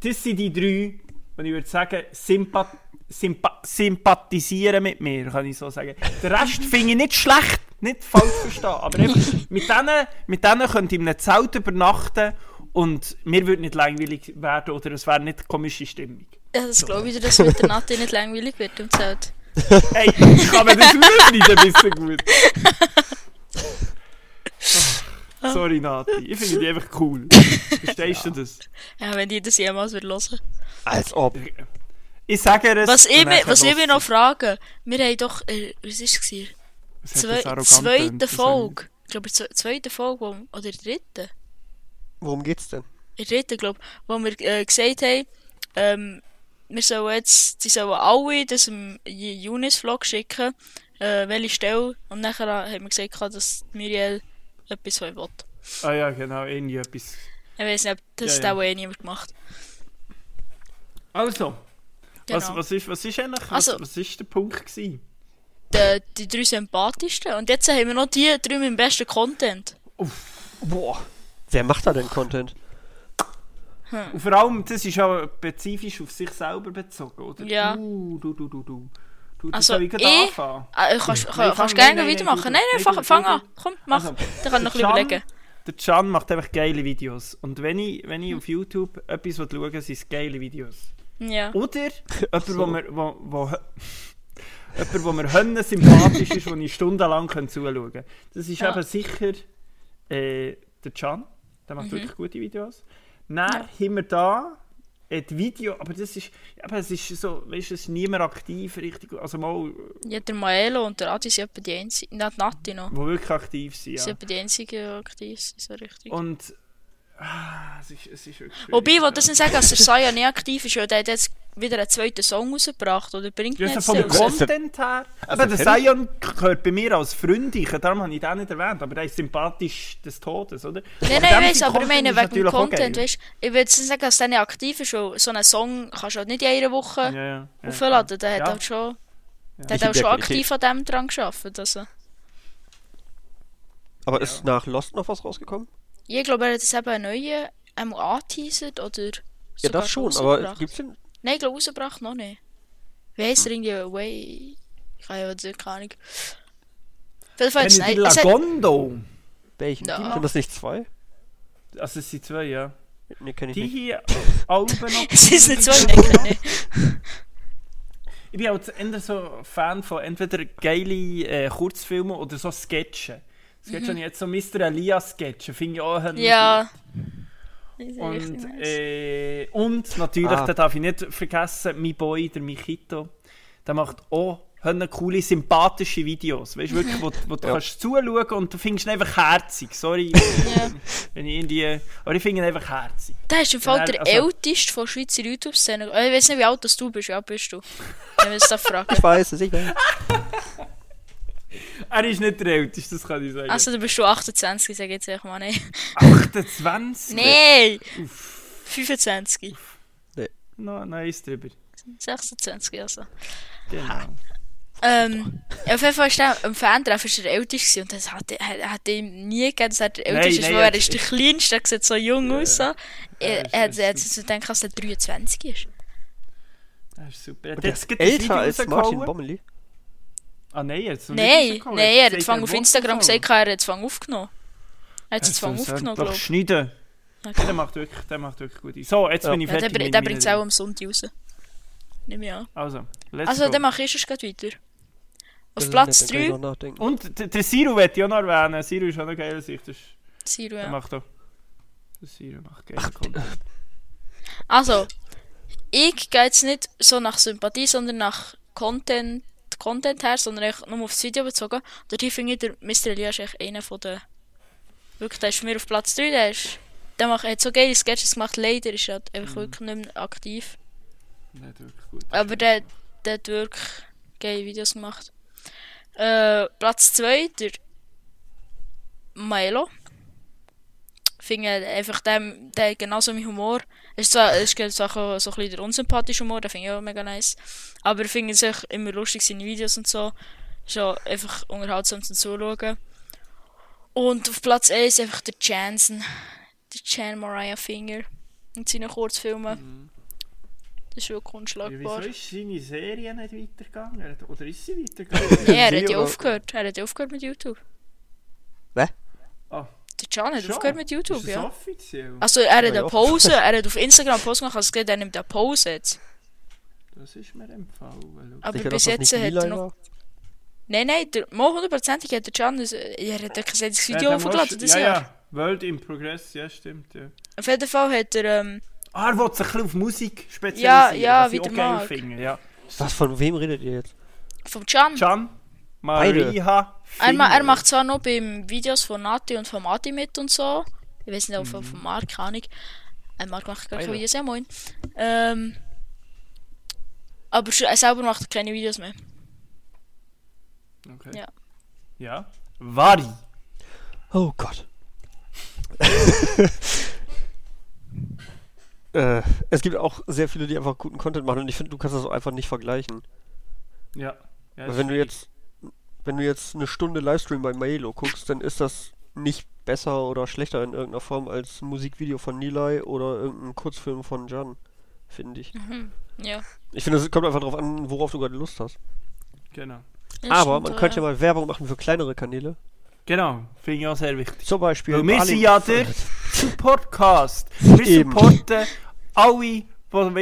das sind die drei, und ich würde sagen, sympa sympa sympathisieren mit mir, kann ich so sagen. Den Rest finde ich nicht schlecht, nicht falsch verstehen. Aber einfach, mit denen, mit denen könnt ihr in einem Zelt übernachten und mir würde nicht langweilig werden oder es wäre nicht komische Stimmung. Ja, das glaube ich dir, dass mit der Nati nicht langweilig wird im Zelt. Hey, ich kann mir das rausschneiden, bist du gut. Ah, Sorry, Nati. Ich finde die einfach cool. Verstehst du das? Ja, wenn die dus das jemals wird hören. Als ob. Ich sage es. Was und ich, mir- nachher was ich hörst mir du. noch frage, wir haben doch, äh, was ist es? gewesen? Es hat Zwei, jetzt arrogant zweite getönt, das Folge. Ich glaube, in der zwe- zweiten Folge, wo, oder in der dritten. Worum geht's denn? In der dritten, glaube ich, wo wir äh, gesagt haben, ähm, wir sollen jetzt, die sollen alle das im Junis-Vlog schicken, äh, welche Stelle. Und nachher haben wir gesagt, gehabt, dass Muriel etwas von ihm will. habe ich- Ah ja, genau. Irgendwie etwas. Ich weiß nicht, ob das Ja, ja. hat auch eh niemand gemacht. Also, Genau. was, was, ist, was ist eigentlich. Also- was, was ist der Punkt? Gewesen? die, die drei sympathischsten. Und jetzt haben wir noch die drei mit dem besten Content. Boah. Wer macht da denn Content? Und vor allem, das ist auch spezifisch auf sich selber bezogen, oder? Ja. Uh, du, du, du, du. du also, Also, soll ich gerade ich- anfangen? Ah, äh, kannst Nein, kann, fang- kannst nein, gerne nein, nein, weitermachen. Nein, nein, nein, fang, du- fang du- an. Komm, mach. Also, Dann kann ich noch ein bisschen Can- überlegen. Der Can macht einfach geile Videos. Und wenn ich, wenn ich auf YouTube etwas schauen will, sind es geile Videos. Ja. Oder jemand, wo mir, wo, wo, jemand, wo mir Hönne sympathisch ist, wo ich stundenlang kann zuschauen kann. Das ist Ja. eben sicher äh, der Can. Der Mhm. macht wirklich gute Videos. Dann haben wir da äh, die Video, aber das ist, aber es ist so, weißt du, es ist niemand aktiv, richtig, also mal, ja, der Maelo und der Adi sind etwa die einzigen. Nein, die Nati noch. wo wirklich aktiv sind. Sind Ja. Oh, etwa die einzigen, die aktiv sind, so richtig. Und ah, es, ist, es ist wirklich. schwierig. Wobei, ich will das nicht sagen, dass der Saya nicht aktiv ist, weil der hat jetzt wieder einen zweiten Song rausgebracht. Oder bringt Ja, ihn also jetzt vom raus. Grund- Content her. Aber der kenn Sion gehört bei mir als Freundin, darum habe ich den nicht erwähnt, aber der ist sympathisch des Todes, oder? Aber Nein, nein, dem ich weiss, sein aber Content ich meine, ist wegen dem natürlich auch Content, geil. weißt du, ich will jetzt nicht sagen, dass der nicht aktiv ist, weil so einen Song kannst du halt nicht in einer Woche Ja, ja, ja. aufladen. Der hat Ja. halt schon, der Nicht hat in auch der schon Qualität. aktiv an dem dran gearbeitet. Also. Aber ist nach Lost noch was rausgekommen? Ich glaube, er hat jetzt eben einen neuen einmal angeteasert oder. Ja, sogar das schon, aber rausgebracht. gibt's denn. Nein, ich glaube, rausgebracht noch nicht. Wie heisst er irgendwie? Way. Ich habe ja wirklich keine Ahnung. Auf jeden Fall Kennt hat's- ihr die nein, es hat- Lagondo? Welchen? Ja. Sind das nicht zwei? Also es sind zwei, ja. Nee, kenn ich Die nicht. hier, Alben noch. Es ist nicht so ein Ich bin halt eher so Fan von entweder geile äh, Kurzfilmen oder so Sketchen. Sketchen habe ich jetzt so Mr. Elias Sketchen, finde ich auch Mhm. Ja. Und, äh, und natürlich, Ah. da darf ich nicht vergessen, mein Boy, der Michito, der macht auch hörne coole, sympathische Videos. Weißt du wirklich, wo, wo du Ja. kannst zuschauen und du findest ihn einfach herzig. Sorry, wenn ich irgendwie. Aber ich finde ihn einfach herzig. Der ist im Fall Nein, der also- älteste von Schweizer YouTube-Szene. Oh, Ich weiß nicht, wie alt das du bist. Ja, bist du. Wenn wir es da fragen. Ich weiß es, ich weiß. Er ist nicht der Älteste, das kann ich sagen. Also, du bist du 28, sag ich jetzt einfach mal. Nein. 28? Nein! 25. No, nice drüber. 26, also. Genau. Ähm, auf jeden Fall ist er am Fantreffen ist er der Älteste gewesen und das hat, hat, hat ihm nie gegeben, dass er der Nein, Älteste ist, nein, weil er er- ist der Kleinste, er sieht so jung aus. So. ist- Er, er, er hat- ist er hat jetzt gedacht, dass er 23 ist. Er ist super. Er hat Der jetzt ist gerade das Video älter als Martin rausgehauen. Bommeli. Ah nein, er hat es noch nicht Nein, rausgehauen. nein, er hat gesagt, gefangen auf will Instagram es gesagt, er hat gefangen aufgenommen. Er hat Er es gefangen soll es aufgenommen, Doch glaube ich. schneiden. Okay. Der macht wirklich, der macht wirklich gut. So, jetzt Ja. bin ich Ja, der fertig. br- mit der meiner bringt es auch am Sonntag raus. Nehme ich an. Also, let's Also, go. dann mache ich es gerade weiter. Das Auf ist Platz nett, Oh, dann Äh, kann ich 3, noch nachdenken. Und der, der Siru werde ich auch noch erwähnen. Siru ist auch noch geil, sich. Das ist, Zero, der ja. macht auch. Der Siru macht geil. Content. Also, ich gehe jetzt nicht so nach Sympathie, sondern nach Content, Content her, sondern echt nur aufs Video bezogen. Dort finde ich, der Mr. Elias ist echt einer von den. Wirklich, der ist für mich auf Platz 3, der ist Der macht, er hat so geile Sketches gemacht, leider ist er halt einfach wirklich nicht mehr aktiv. Der hat wirklich gut. Aber der, der hat wirklich geile Videos gemacht. Äh, Platz 2, der Milo. Finde einfach dem, der hat genauso meinen Humor. Es ist zwar, es ist zwar auch so ein bisschen der unsympathische Humor, den finde ich auch mega nice. Aber ich finde es echt immer lustig, seine Videos und so. Ist auch einfach unterhaltsam zum Zuschauen. Und auf Platz 1 einfach der Jansen. Der Jan Mariah Finger. In seinen Kurzfilmen. Das ist wirklich Mhm. Ja, unschlagbar. wieso ist seine Serie nicht weitergegangen? Er hat- Oder ist sie weitergegangen? Nee, er hat ja Video- aufgehört. Er hat ja aufgehört mit YouTube. Hä? Ah. Der Can hat Schon? aufgehört mit YouTube, ist das ja. offiziell? Also er hat Ja, eine ja. Pause, er hat auf Instagram Post gemacht, also geht er nimmt eine Pause jetzt. Das ist mir empfohlen. Aber Sicher, bis dass das jetzt nicht hat er Milan noch... war? Nein, nein, der, mal hundertprozentig hat der Can, er hat ja kein einziges Video Ja, dann hochgeladen musst- dieses ja, Jahr. Ja, World in Progress, ja, stimmt. Ja. Auf jeden Fall hat er, ähm, Ah, er will sich ein bisschen auf Musik spezialisieren. Ja, ja, was wie ich der auch geil Marc. finde. Ja. Was, von wem redet ihr jetzt? vom Can, Can, Maria, er, ma- er Finger. macht zwar noch beim Videos von Nati und von Mati mit und so. Ich weiß nicht, ob Mhm. von, von Marc, keine Ahnung. Ein Marc macht gar keine Beide. Videos, ja moin. Ähm, aber sch- er selber macht keine Videos mehr. Okay. Ja. Ja. Vari. Oh Gott. äh, es gibt auch sehr viele, die einfach guten Content machen und ich finde, du kannst das auch einfach nicht vergleichen. Ja. ja Weil wenn du jetzt wenn du jetzt eine Stunde Livestream bei Maelo guckst, dann ist das nicht besser oder schlechter in irgendeiner Form als ein Musikvideo von Nilay oder irgendein Kurzfilm von Jan, finde ich. Ja. Ich finde, es kommt einfach darauf an, worauf du gerade Lust hast. Genau. Das Aber stimmt, man äh, könnte ja mal Werbung machen für kleinere Kanäle. Genau. Finde ich auch sehr wichtig. Zum Beispiel. Weil wir Ali- sind ja der Podcast. Wir Eben. supporten alle,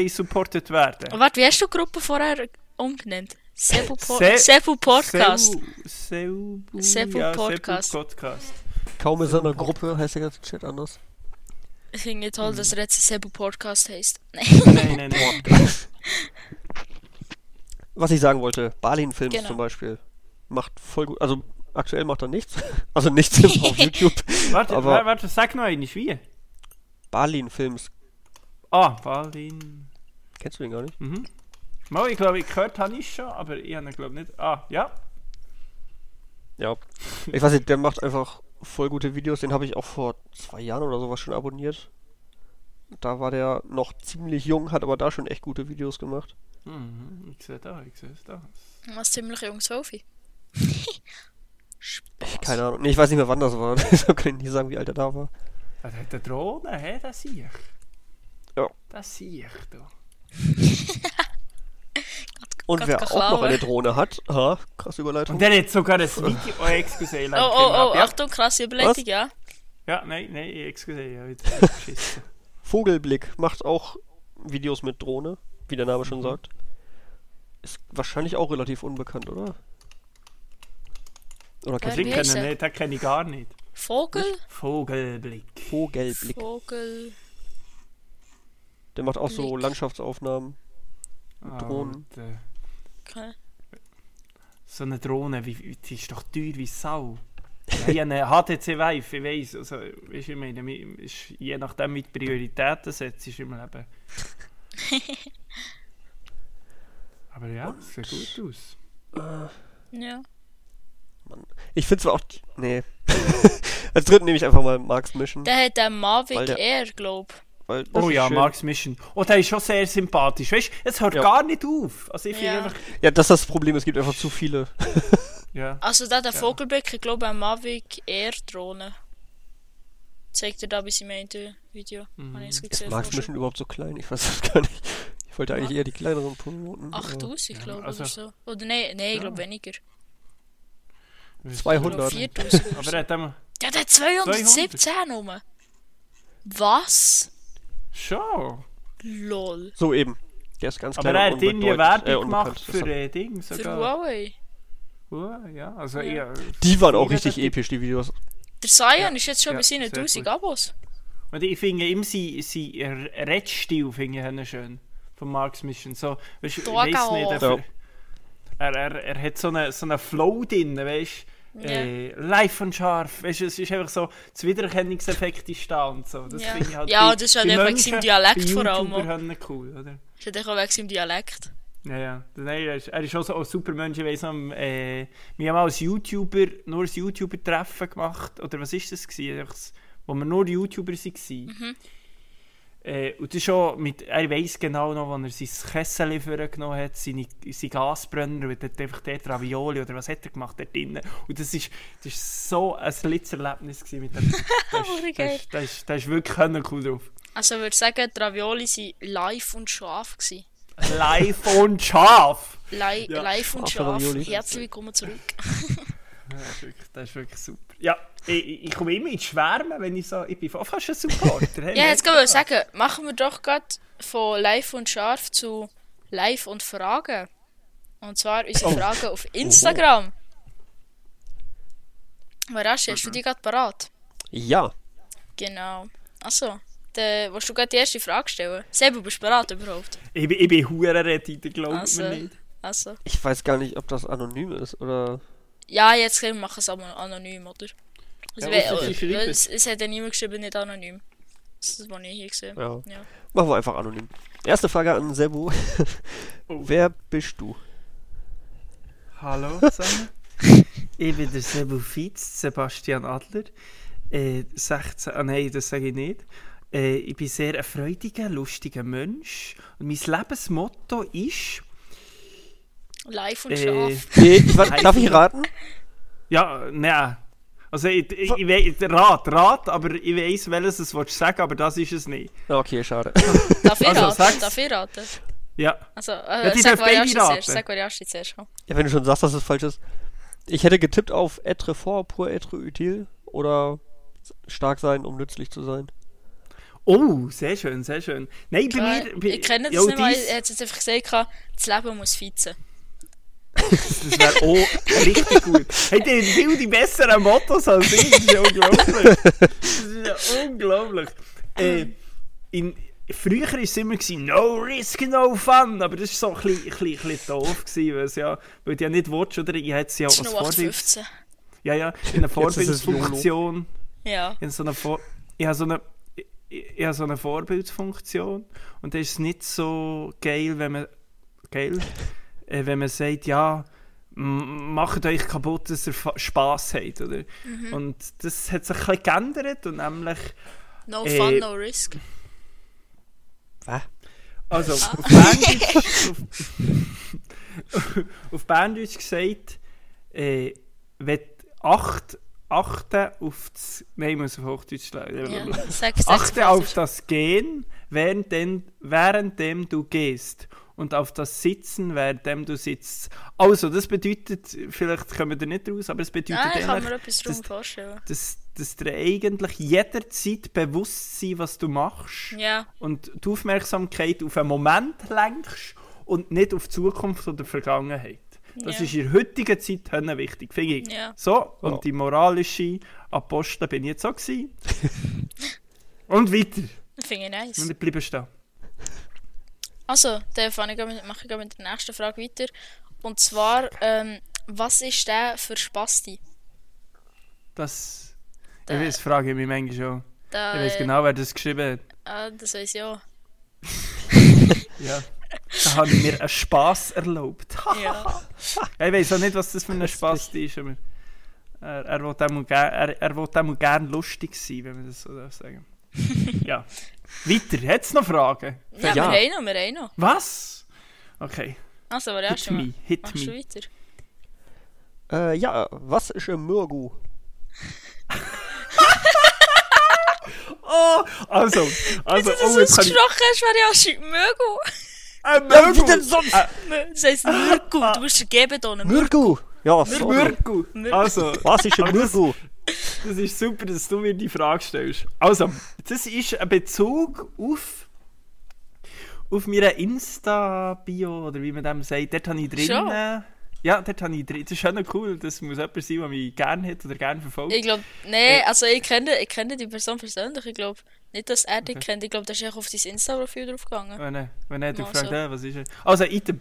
die supportet werden. Oh, Warte, wie hast du die Gruppe vorher umgenannt? Sebu, po Se- Sebu Podcast. Seu, Seu, Sebu ja, Podcast. Sebu Podcast. Kaum in seiner Gruppe heißt der ganze Chat anders. Ich finde toll, dass er jetzt Sebu Podcast heißt. Nein, nein, nein. Was ich sagen wollte, Balin-Films Genau. zum Beispiel macht voll gut. Also aktuell macht er nichts. Also nichts auf YouTube. Warte, Aber- warte, warte, sag noch eine, wie? Balin-Films. Ah, Valin. Kennst du den gar nicht? Mhm. Mal, ich glaube, ich gehört habe ich schon, aber ich habe ihn, glaube nicht. Ah, ja. Ja. Ich weiß nicht, der macht einfach voll gute Videos. Den habe ich auch vor zwei Jahren oder sowas schon abonniert. Da war der noch ziemlich jung, hat aber da schon echt gute Videos gemacht. Mhm, ich sehe da, ich sehe da. Was ziemlich jung, Sophie. Keine Ahnung. Nee, ich weiß nicht mehr, wann das war. so kann ich nicht sagen, wie alt er da war. Ah, der hat eine Drohne, hä? Das sehe ich. Ja. Das sehe ich da. Und Gott, wer Gott, auch noch Laura. eine Drohne hat, ha, krasse Überleitung. Und der hat sogar ein Video. Oh, excuse, ich Oh, lenke oh, ab, oh, ja. Achtung, krasse Überleitung, ja. Ja, nein, nein, excuse, ich habe jetzt geschissen. Vogelblick macht auch Videos mit Drohne, wie der Name schon sagt. Ist wahrscheinlich auch relativ unbekannt, oder? Oder Ja, kennst Den du wie kenne heisst ich er? nicht, den kenne ich gar nicht. Vogel? Vogelblick. Vogelblick? Vogel. Der macht auch so Blick. Landschaftsaufnahmen. Drohnen. Ah, und, äh, Okay. so eine Drohne, wie, wie- die ist doch teuer wie Sau. Ja, eine HTC Vive, ich weiss, also, weißt, ich meine, mi- ist, je nachdem, wie du Prioritäten setzt ist im Leben. Aber ja, sieht gut aus. Ja. Ich finde zwar auch. die- Nee. Als dritten nehme ich einfach mal Marks Mission. Der hat den Mavic Weil der- Air, glaub. Weil das Oh ist ja, schön. Marks Mission. Oh, der ist schon sehr sympathisch. Weißt es hört Ja. gar nicht auf. Also ich finde Ja. einfach. Ja, das ist das Problem, es gibt einfach zu viele. Ja. Also da der Vogelblick, ich glaube, ein Mavic Air Drohne. Zeigt er da bis im Ende eh, Video. Mhm. Habe ich es gesehen. Marks vorher. Mission überhaupt so klein? Ich weiß das gar nicht. Ich wollte eigentlich eher die kleineren Punkte. 8000, glaube ich, also- oder so. Oder nein, nein, ich glaube weniger. Ich glaube 200. 4000. oder Aber er hat dem- Ja, der hat 217 rum. Was? schon. Lol. So eben. Der ist ganz Aber klein. er und hat irgendwie unbedeutend- Werbung gemacht unbekannt. Das für äh, Ding Für sogar. Huawei. Huawei, ja, also Ja. ja. Die waren auch Mega richtig der Typ. episch, die Videos. Der Sion ist jetzt schon ja, bei seinen sehr 1000 gut. Abos. Und ich finde ihm sein, sein Redstil finde ich ihn schön. Von Marks Mission. So, weißt, du, ich Drogau. weiß nicht, er, Ja. er, er, er hat so einen so eine Flow drin, weißt du. äh, live und scharf. Weißt du, es ist einfach so, das Wiedererkennungseffekt ist da und so. Das Ja. finde ich halt Ja, dus bei- das ist halt bei einfach Menschen, im Dialekt bei vor allem YouTubern haben cool, oder? Das hat auch wegen seinem Dialekt. Ja, ja. Nein, er ist, er ist auch so ein super Mensch. Ich weiss noch, äh, wir haben mal als YouTuber, nur ein YouTuber-Treffen gemacht. Oder was ist das? Gewesen? Einfach das- Wo wir nur YouTuber waren. Mhm. Äh, und das ist auch mit, er weiss genau noch, wann er sein Kessel genommen hat, seine, seine Gasbrenner, und hat einfach dort Ravioli oder was hat er gemacht dort drinnen. Und das ist, das ist so ein Litzerlebnis gewesen mit dem. Das Hure ist, geil. das ist, das ist, das ist wirklich cool drauf. Also ich würde sagen, die Ravioli waren live und scharf. Gewesen. Live und scharf! Li Ja, Live und scharfe scharf. Ravioli. Herzlich willkommen zurück. Ja, Das ist wirklich, das ist wirklich super. Ja, ich- ich, ich komme immer ins Schwärmen, wenn ich so. Ich bin fast ein Supporter. hey, Ja, merkt jetzt kann man man. sagen, machen wir doch gerade von live und scharf zu live und Fragen. Und zwar unsere Fragen auf Instagram. Marashi, hast du die gerade parat? Ja. Genau. Achso, dann willst du gerade die erste Frage stellen? Selber bist du bereit überhaupt? Ich bin, ich bin Hurenrediter, glaubt Also, mir nicht. also. Ich weiß gar nicht, ob das anonym ist oder. Ja, jetzt können wir machen es aber anonym, oder? Also, Ja, we- ausser sie äh, schreiben. es, es hat ja niemand geschrieben, nicht anonym. Das ist, was ich hier gesehen habe. Ja. Ja. Machen wir einfach anonym. Erste Frage an Sebo. Oh. Wer bist du? Hallo zusammen. ich bin der Sebu Fietz, Sebastian Adler. Äh, 16, ah nein, das sage ich nicht. Äh, ich bin sehr ein freudiger, lustiger Mensch. Und mein Lebensmotto ist. Live und Äh, scharf. Nee, ich, wa- darf ich raten? ja, nein. Also, ich, ich, ich weiss, Rat, Rat, aber ich weiß, welches es willst sagen, aber das ist es nicht. Ah, Okay, schade. Darf ich also, sag's. raten? Darf ich raten? Ja. Also, Ja, äh, die sag darf Variashi Baby raten. zuerst, sag Variashi zuerst. komm. Ja, wenn du schon sagst, dass es falsch ist. Ich hätte getippt auf être fort pour être utile oder stark sein, um nützlich zu sein. Oh, sehr schön, sehr schön. Nein, bei Ja, mir. Bei, ich kenne das Ja, nicht äh. mehr, dies- er hat jetzt einfach gesagt, gehabt, das Leben muss feizen. Das wäre auch richtig gut. Hey, die haben viel die besseren Mottos als ich. Das ist ja unglaublich. Das ist ja unglaublich. Äh, in, früher war es immer so, no risk, no fun. Aber das war so ein bisschen, ein bisschen, ein bisschen doof, gewesen, weil, es ja, weil du ja nicht willst, oder? Ich hätte es ja Das ist als nur Vorbild. 8,15. Ja, ja, in einer Jetzt ist es Vorbildfunktion. Ja. in so einer Vor ich habe so eine ich, ich habe so eine Vorbildfunktion und da ist es nicht so geil, wenn man geil, äh, wenn man sagt, ja, m- macht euch kaputt, dass ihr Fa- Spass habt, oder? Und das hat sich ein bisschen geändert und nämlich, No Äh, fun, no risk. also auf Berndeutsch, auf, auf Berndeutsch gesagt, äh, wenn acht, achten auf das, nein, ich muss auf Hochdeutsch sagen. Ja. Sag, sag, Achte auf das Gehen, währenddem, währenddem du gehst. Und auf das Sitzen, währenddem du sitzt. Also, das bedeutet, vielleicht kommen wir da nicht raus, aber es bedeutet Nein, ich kann mir eigentlich, etwas das- drum vorstellen. dass, dass dir eigentlich jederzeit bewusst sein, was du machst. Ja, Und die Aufmerksamkeit auf einen Moment lenkst und nicht auf die Zukunft oder die Vergangenheit. Das Ja. ist in der heutigen Zeit hölle wichtig, finde ich. Ja. So, und Ja. die moralische Apostel bin ich jetzt auch gewesen. und weiter. finde ich nice. Und ich bleibe stehen. Also, dann fange ich gleich mit, mache ich gleich mit der nächsten Frage weiter. Und zwar, ähm, was ist der für Spasti? Das. Ich Der- weiß, frage ich mich manchmal schon. Der, Ich weiß genau, wer das geschrieben hat. Ah, das weiß ich auch. Ja. Da habe ich mir einen Spass erlaubt. Ja. ich weiß auch nicht, was das für ein Spass ist. Aber er, er will dem gerne er, er will dem gern lustig sein, wenn man das so darf sagen Ja. Weiter, hat es noch Fragen? Ja, Ja. wir haben noch, wir haben noch. Was? Okay, Also, hit Variashi, me, hit machst du me. weiter? Äh, ja, was ist ein Mürgu? Oh, also, also, Dass du oh, jetzt das kann ich... ausgesprochen hast, Variashi. Mögo. Äh, Ja, wie Mürgu. denn sonst? Äh, Das heisst Mirko, du musst vergeben hier. Mürgu! Ja, sorry. Mürgu. Mürgu. Also, Was ist ein Aber das- Mürgu? Das ist super, dass du mir die Frage stellst. Also, das ist ein Bezug auf, auf meiner Insta-Bio, oder wie man dem sagt. Dort habe ich drin. Schon? Ja, dort habe ich drin. Das ist schon noch cool. Das muss jemand sein, der mich gerne hat oder gerne verfolgt. Ich glaube, Äh. nee, also ich kenne, ich kenne die Person persönlich. Ich glaube nicht, dass er dich kennt. Ich glaube, der ist echt auf dein Insta-Profil draufgegangen. Wenn er, wenn er dich Also. fragt, äh, was ist er? Also, Item.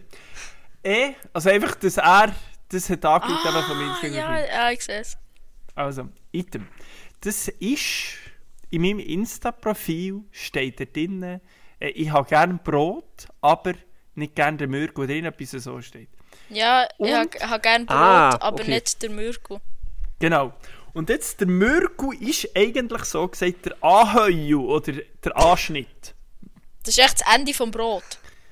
E, also einfach, dass er Das hat angeguckt eben von meinem Ah, ja, Fingerprint. ja, ich sehe es. Also, Item. Das ist, in meinem Insta-Profil steht da drinnen, äh, ich habe gerne Brot, aber nicht gerne den Mürgo, drin etwas so steht. Ja, ich Und? habe hab gerne Brot, Ah, aber okay. nicht der Mürko. Genau. Und jetzt, der Mürgo ist eigentlich so gesagt der Anheu oder der Anschnitt. Das ist echt das Ende vom Brot.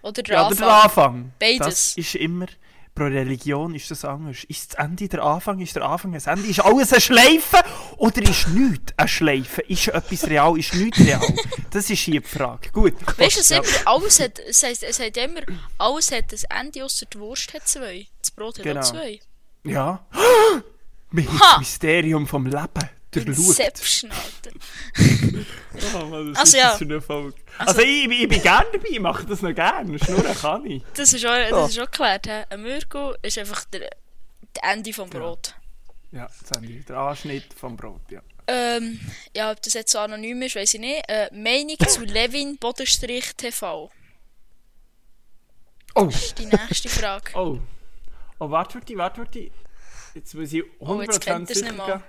Oder der Ja, oder Anfang. der Anfang. Beides. Das ist immer, pro Religion ist das anders. Ist das Ende der Anfang, ist der Anfang ein Ende? Ist alles eine Schleife oder ist nichts eine Schleife? Ist etwas real, ist nichts real? Das ist hier die Frage. Gut. Weißt du, es, Ja. immer, alles hat, es, heisst, es hat immer, alles hat ein Ende, außer die Wurst hat zwei. Das Brot hat Genau. auch zwei. Ja. Mit Ha! das Mysterium vom Leben. Der Inception, Alter. Oh Mann, das Also ist ja. das für eine Folge. Also, ich, ich bin gerne dabei, ich mache das noch gerne. Schnurren kann ich. Das ist auch, das ist auch geklärt. hä? Ein Mürko ist einfach der, das Ende vom Brot. Ja, das Ende. Der Anschnitt vom Brot, ja. Ähm, ja, ob das jetzt so anonym ist, weiß ich nicht. Äh, Meinung zu Levin Bodenstrich TV. Oh. Das ist die nächste Frage. Oh. Oh, warte, warte, warte, warte. Jetzt muss ich 100% Oh, jetzt kennt ihr's sicher nicht mal.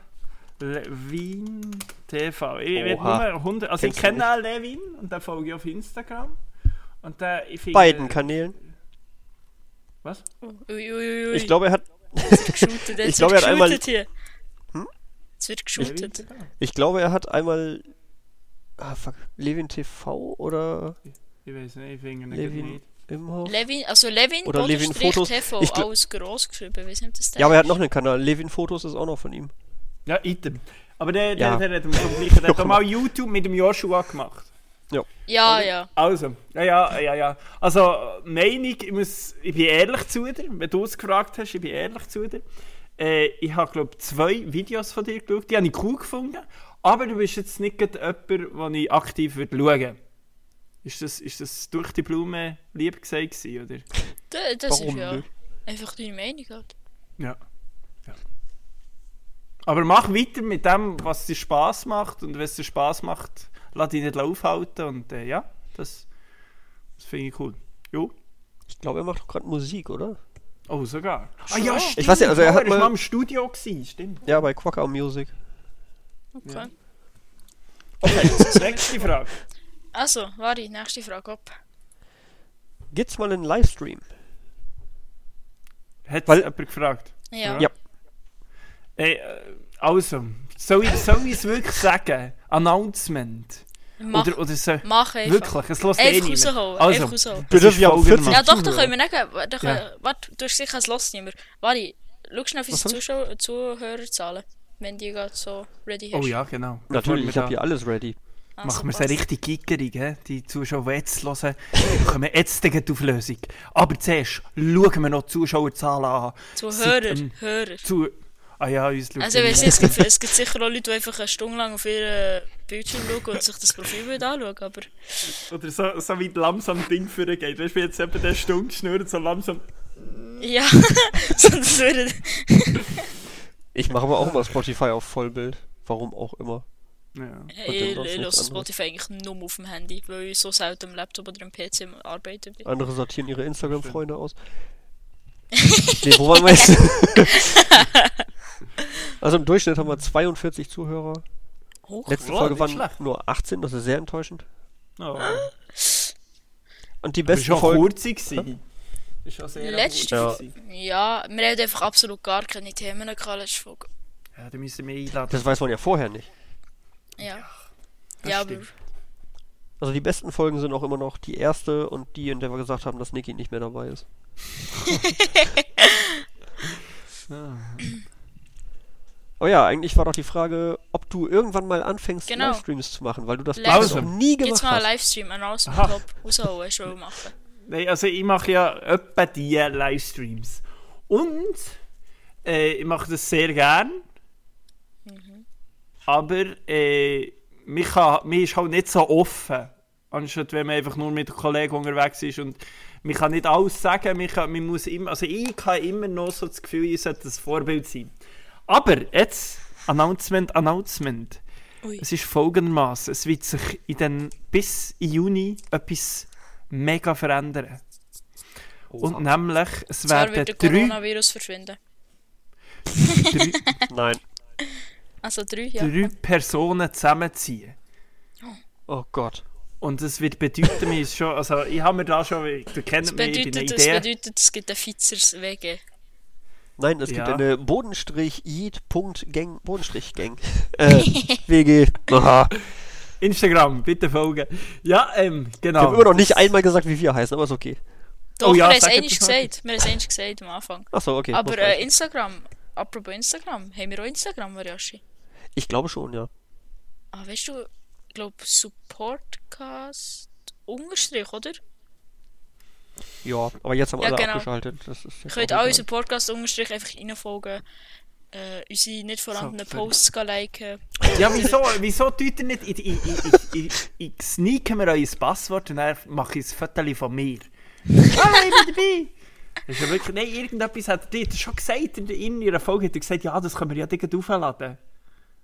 gehen. Levin TV. Ich werde Oha. nur 100, also ich Kennst du kenne auch Levin und den folge ich auf Instagram. Und der, ich finde... Beiden Kanälen. Was? Ui, ui, ui, ui. Ich glaube, er hat, Geshootet, jetzt Ich glaube, wird er hat einmal- geshootet hier. Jetzt wird Levin geshootet. TV? ich glaube, er hat einmal, ah fuck, Levin TV oder Ich weiß nicht, ich finde ihn Levin nicht. Imhoff? Levin, also Levin Oder Levin Bodenstrich Fotos. TV, Ich gl- alles groß geschrieben, weiss nicht, ob das der Ja, aber er hat noch einen Kanal. Levin Fotos ist auch noch von ihm. Ja, Item. Aber der, der, Ja. der hat am gleichen, der hat auch mal Nochmal. YouTube mit dem Joshua gemacht. Ja, ja. Also, ja, ja, ja, ja. Also, Meinung, ich, muss, ich bin ehrlich zu dir, wenn du es gefragt hast, ich bin ehrlich zu dir. Äh, ich habe, glaube ich, zwei Videos von dir geschaut, die habe ich cool gefunden, aber du bist jetzt nicht gerade jemand, den ich aktiv würde schauen. Ist das, ist das durch die Blume lieb gesagt gewesen, oder? Da- Das ist Warum ja nicht? einfach deine Meinung halt. Ja. ja. Aber mach weiter mit dem, was dir Spass macht und wenn es dir Spass macht, lass dich nicht aufhalten und äh, ja, das, das finde ich cool. Jo. Ich glaube, er macht doch gerade Musik, oder? Oh, sogar. Ah, ja, Ich weiß nicht, also er hat Robert ist mal- mal im Studio gewesen, stimmt. Ja, bei Quacker Music. Okay. Ja. Okay, nächste Frage. Also, warte, nächste Frage ab. Gibt's mal einen Livestream? Hat Weil- jemand gefragt. Ja. Ja. Ey, äh, also, soll ich soll ich es wirklich sagen? Announcement. Mach, Oder, oder so, mach einfach. wirklich, es lässt eh Einfach niemand. raushauen, einfach Also, raushauen. das Wir ist dürfen ja auch folgendermaßen. 40 Ja, doch, da Zuhörer. können wir nicht. Da können, Ja. Warte, du hast sicher ein Lost nicht mehr. Warte, schau schnell auf Was unsere Zuschauer, Zuhörerzahlen, wenn die gerade so ready hast. Oh ja, genau. Natürlich, Bevor ich habe wir hier alles ready. Ah, da, machen wir es passt. richtig gickerig, hä? die Zuschauer, die jetzt hören, kommen jetzt gegen die Auflösung. Aber zuerst schauen wir noch die Zuschauerzahlen an. Zuhörer, Seit, ähm, Hörer. Zu... Ah ja, uns schaut Also, ich weiss niemand. nicht, es gibt, es gibt sicher auch Leute, die einfach eine Stunde lang auf ihren äh, Bildschirm schauen und sich das Profilbild anschauen, aber... Oder so, so wie langsam Ding führen geht. Weißt du, wie jetzt eben der Stunk schnurrt, so langsam. Ja, sonst würde... Ich mache aber auch mal Spotify auf Vollbild. Warum auch immer. Ja. Ich sonst ich höre nichts Spotify eigentlich nur auf dem Handy, weil ich so selten am Laptop oder am PC arbeite. bin. Andere sortieren ihre Instagram-Freunde aus. nee, wo waren wir jetzt? also im Durchschnitt haben wir 42 Zuhörer. Hoch. Letzte Ja, Folge Ah, nicht waren schlecht. nur 18, das ist sehr enttäuschend. Oh. Und die Das besten war schon Folgen. kurz. gewesen. Das war schon sehr Letzte- kurz gewesen. Ja, wir haben einfach absolut gar keine Themen gehabt letzte Folge. Ja, da müssen wir einladen. Das weiß man ja vorher nicht. Ja. Das Ja, aber stimmt. Also die besten Folgen sind auch immer noch die erste und die, in der wir gesagt haben, dass Niki nicht mehr dabei ist. Aber Oh ja, eigentlich war doch die Frage, ob du irgendwann mal anfängst, Genau. Livestreams zu machen, weil du das Live- bis jetzt noch nie Jetzt gemacht mal einen hast. Livestream, einen aus dem Aha. Top raushauen, ist was wir machen. Nein, also ich mache ja etwa die Livestreams. Und äh, ich mache das sehr gern. Aber äh, mir, kann, mir ist halt nicht so offen. Anstatt wenn man einfach nur mit Kollegen unterwegs ist und man kann nicht alles sagen, man, kann, man muss immer, also ich habe immer noch so das Gefühl, ich sollte das Vorbild sein. Aber jetzt, Announcement, Announcement. Ui. Es ist folgendermaßen: Es wird sich in den, bis in Juni etwas mega verändern. Und nämlich, es Zwar werden wird der drei. Coronavirus verschwinden. Drei, nein. Also drei, ja. drei Personen zusammenziehen. Oh Gott. Und das wird bedeuten, mir ist schon, also ich habe mir da schon, du Das kennst mich, ich bin bedeutet, eine das Idee. Oh bedeutet, es gibt einen Fizers Wege. Nein, es gibt Ja. eine bodenstrich gang bodenstrich gang äh, WG. Aha. Instagram, bitte folgen. Ja, ähm, Ich genau. habe immer noch nicht einmal gesagt, wie wir heißen, aber ist okay. Doch, Oh ja, wir haben es sag einmal etwas weiter. gesagt. Wir haben es einmal gesagt am Anfang. Achso, okay. muss Aber reichen. äh, Instagram, apropos Instagram, haben wir auch Instagram, Mariashi? ich glaube schon, ja. Ah, weißt du, ich glaube, Supportcast unterstrich, oder? Ja, aber jetzt haben Ja, alle genau. abgeschaltet. Das ist Ihr jetzt könnt auch auch egal. unseren Podcast unterstrich einfach reinfolgen. Äh, unsere nicht vorhandenen So, fertig. Posts eh. gehen liken. Ja, wieso, wieso tut ihr nicht, ich, ich, ich, ich, ich, ich sneake mir euer Passwort und dann mache ich ein Foto von mir. Ah, ich bin dabei. Das ist ja wirklich, nein, irgendetwas hat ihr schon gesagt, in, in ihrer Folge hat er gesagt, ja, das können wir ja direkt aufladen.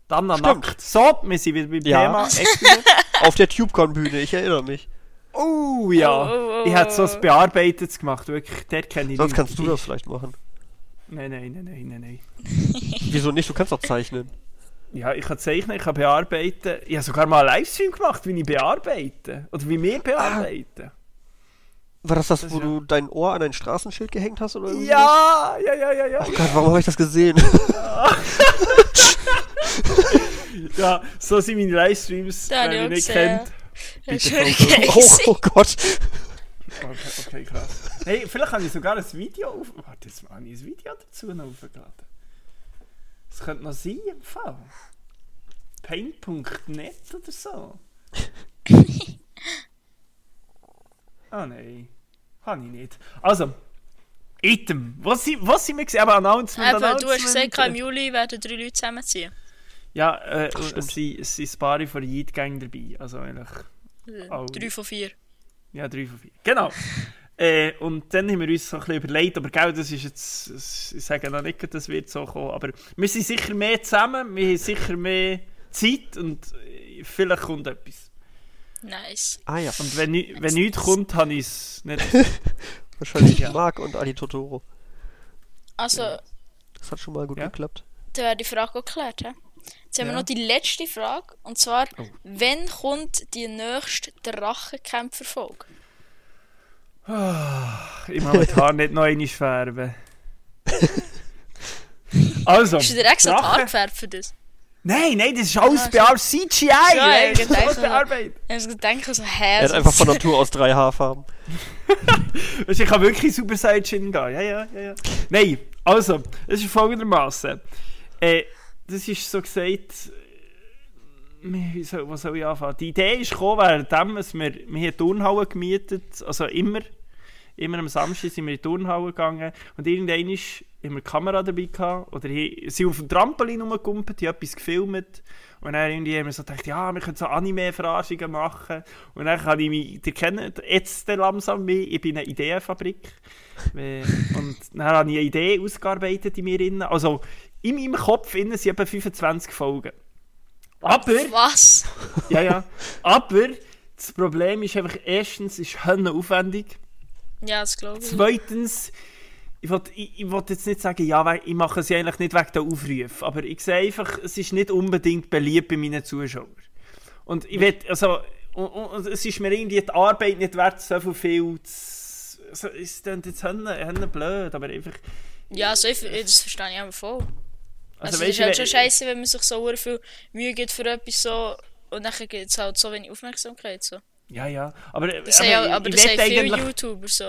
Dann am Stimmt. nackt. So, wir sind wieder beim Thema. Ja. Exklusiv. Auf der TubeCon-Bühne, ich erinnere mich. Oh ja, Oh, oh, oh, ich hätte so oh. ein Bearbeitetes gemacht, wirklich, dort kenne ich Sonst niemanden. kannst du das vielleicht machen. Nein, nein, nein, nein, nein, nein. Wieso nicht? Du kannst doch zeichnen. Ja, ich kann zeichnen, ich kann bearbeiten. Ich habe sogar mal einen Livestream gemacht, wie ich bearbeite. Oder wie wir bearbeiten. Ah. War das das, Das wo ja. du dein Ohr an ein Straßenschild gehängt hast oder irgendwie sowas? Ja, ja, ja, ja, ja. Oh Gott, warum habe ich das gesehen? Oh ja so sind meine Livestreams, Da habe ich wenn ihr auch nicht gesehen. kennt. Das Bitte ist wirklich folgt geil. oh, oh Gott. Okay, okay, krass. Hey, vielleicht habe ich sogar ein Video auf... Warte, jetzt habe ich ein Video dazu noch aufgeladen. Das könnte noch sein, im Fall. Paint.net oder so. ah, nein. Habe ich nicht. Also, Item. Was sind, was sind wir gesehen? Aber Announcement, Eben, du hast Announcement. gesagt, im Juli werden drei Leute zusammenziehen. Ja, äh, und Stimmt. es sind, es sind ein paar von Yeet Gang dabei. Also eigentlich, Äh, Oh. Drei von vier. ja, drei von vier. Genau. äh, und dann haben wir uns so ein bisschen überlegt, aber gell, das ist jetzt, es- ich sage noch nicht, das wird so kommen, aber wir sind sicher mehr zusammen, wir haben sicher mehr Zeit und äh, vielleicht kommt etwas. Nice. Ah ja, Und wenn, ni- wenn nichts kommt, habe ich es nicht. wahrscheinlich Ja. Mark und Adi Totoro. Also, Das hat schon mal gut Ja. geklappt. dann wäre die Frage auch geklärt. He? Jetzt haben wir Ja. noch die letzte Frage. Und zwar, Oh. wann kommt die nächste Drachenkämpferfolge? Ah, Ich muss die Haare nicht noch einmal färben. Also, Hast du dir extra die Haare Drachen- gefärbt für das? Nein, nein, das ist alles Ah, bearbeitet. CGI! Ja, ey, das ist ich denke alles so. bearbeitet. Ich habe gedacht, so, hä? Er hat so- einfach von Natur aus drei Haarfarben. Weißt, du, ich kann wirklich Super Saiyan gehen. Ja, ja, ja, ja. Nein, also, es ist folgendermaßen. Äh, das ist so gesagt. äh, Wie soll, wo soll ich anfangen? Die Idee ist gekommen, währenddem dass wir, wir haben eine Turnhalle gemietet, also immer. Immer am Samstag sind wir in die Turnhalle gegangen und irgendwann ist, haben wir die Kamera dabei gehabt oder haben- sind auf dem Trampolin rumgekumpelt, haben etwas gefilmt und dann irgendwie haben wir so gedacht, ja, wir können so Anime-Verarschungen machen und dann kann ich mich, ihr kennt jetzt langsam mich, ich bin eine Ideenfabrik Äh, und dann habe ich eine Idee ausgearbeitet in mir innen, also in meinem Kopf innen sind etwa 25 Folgen. Aber... Was? Ja, ja. Aber das Problem ist einfach, erstens ist es aufwendig. Ja, das glaube ich. Zweitens, ich wollte ich, ich wollt jetzt nicht sagen, ja, weil ich mache es ja eigentlich nicht wegen der Aufrufe, aber ich sehe einfach, es ist nicht unbedingt beliebt bei meinen Zuschauern. Und ich will, also, und, und, und es ist mir irgendwie die Arbeit nicht wert, so viel, viel zu... Also, es klingt jetzt Hände, Hände blöd, aber einfach... Ja, so, ich, das verstehe ich einfach voll. Also, es weisst ist du, halt schon wenn- scheiße, wenn man sich so verdammt viel Mühe gibt für etwas so und dann gibt es halt so wenig Aufmerksamkeit. So. Ja, ja, aber... Das aber, haben, ja- aber ich das will haben viele eigentlich- YouTuber so.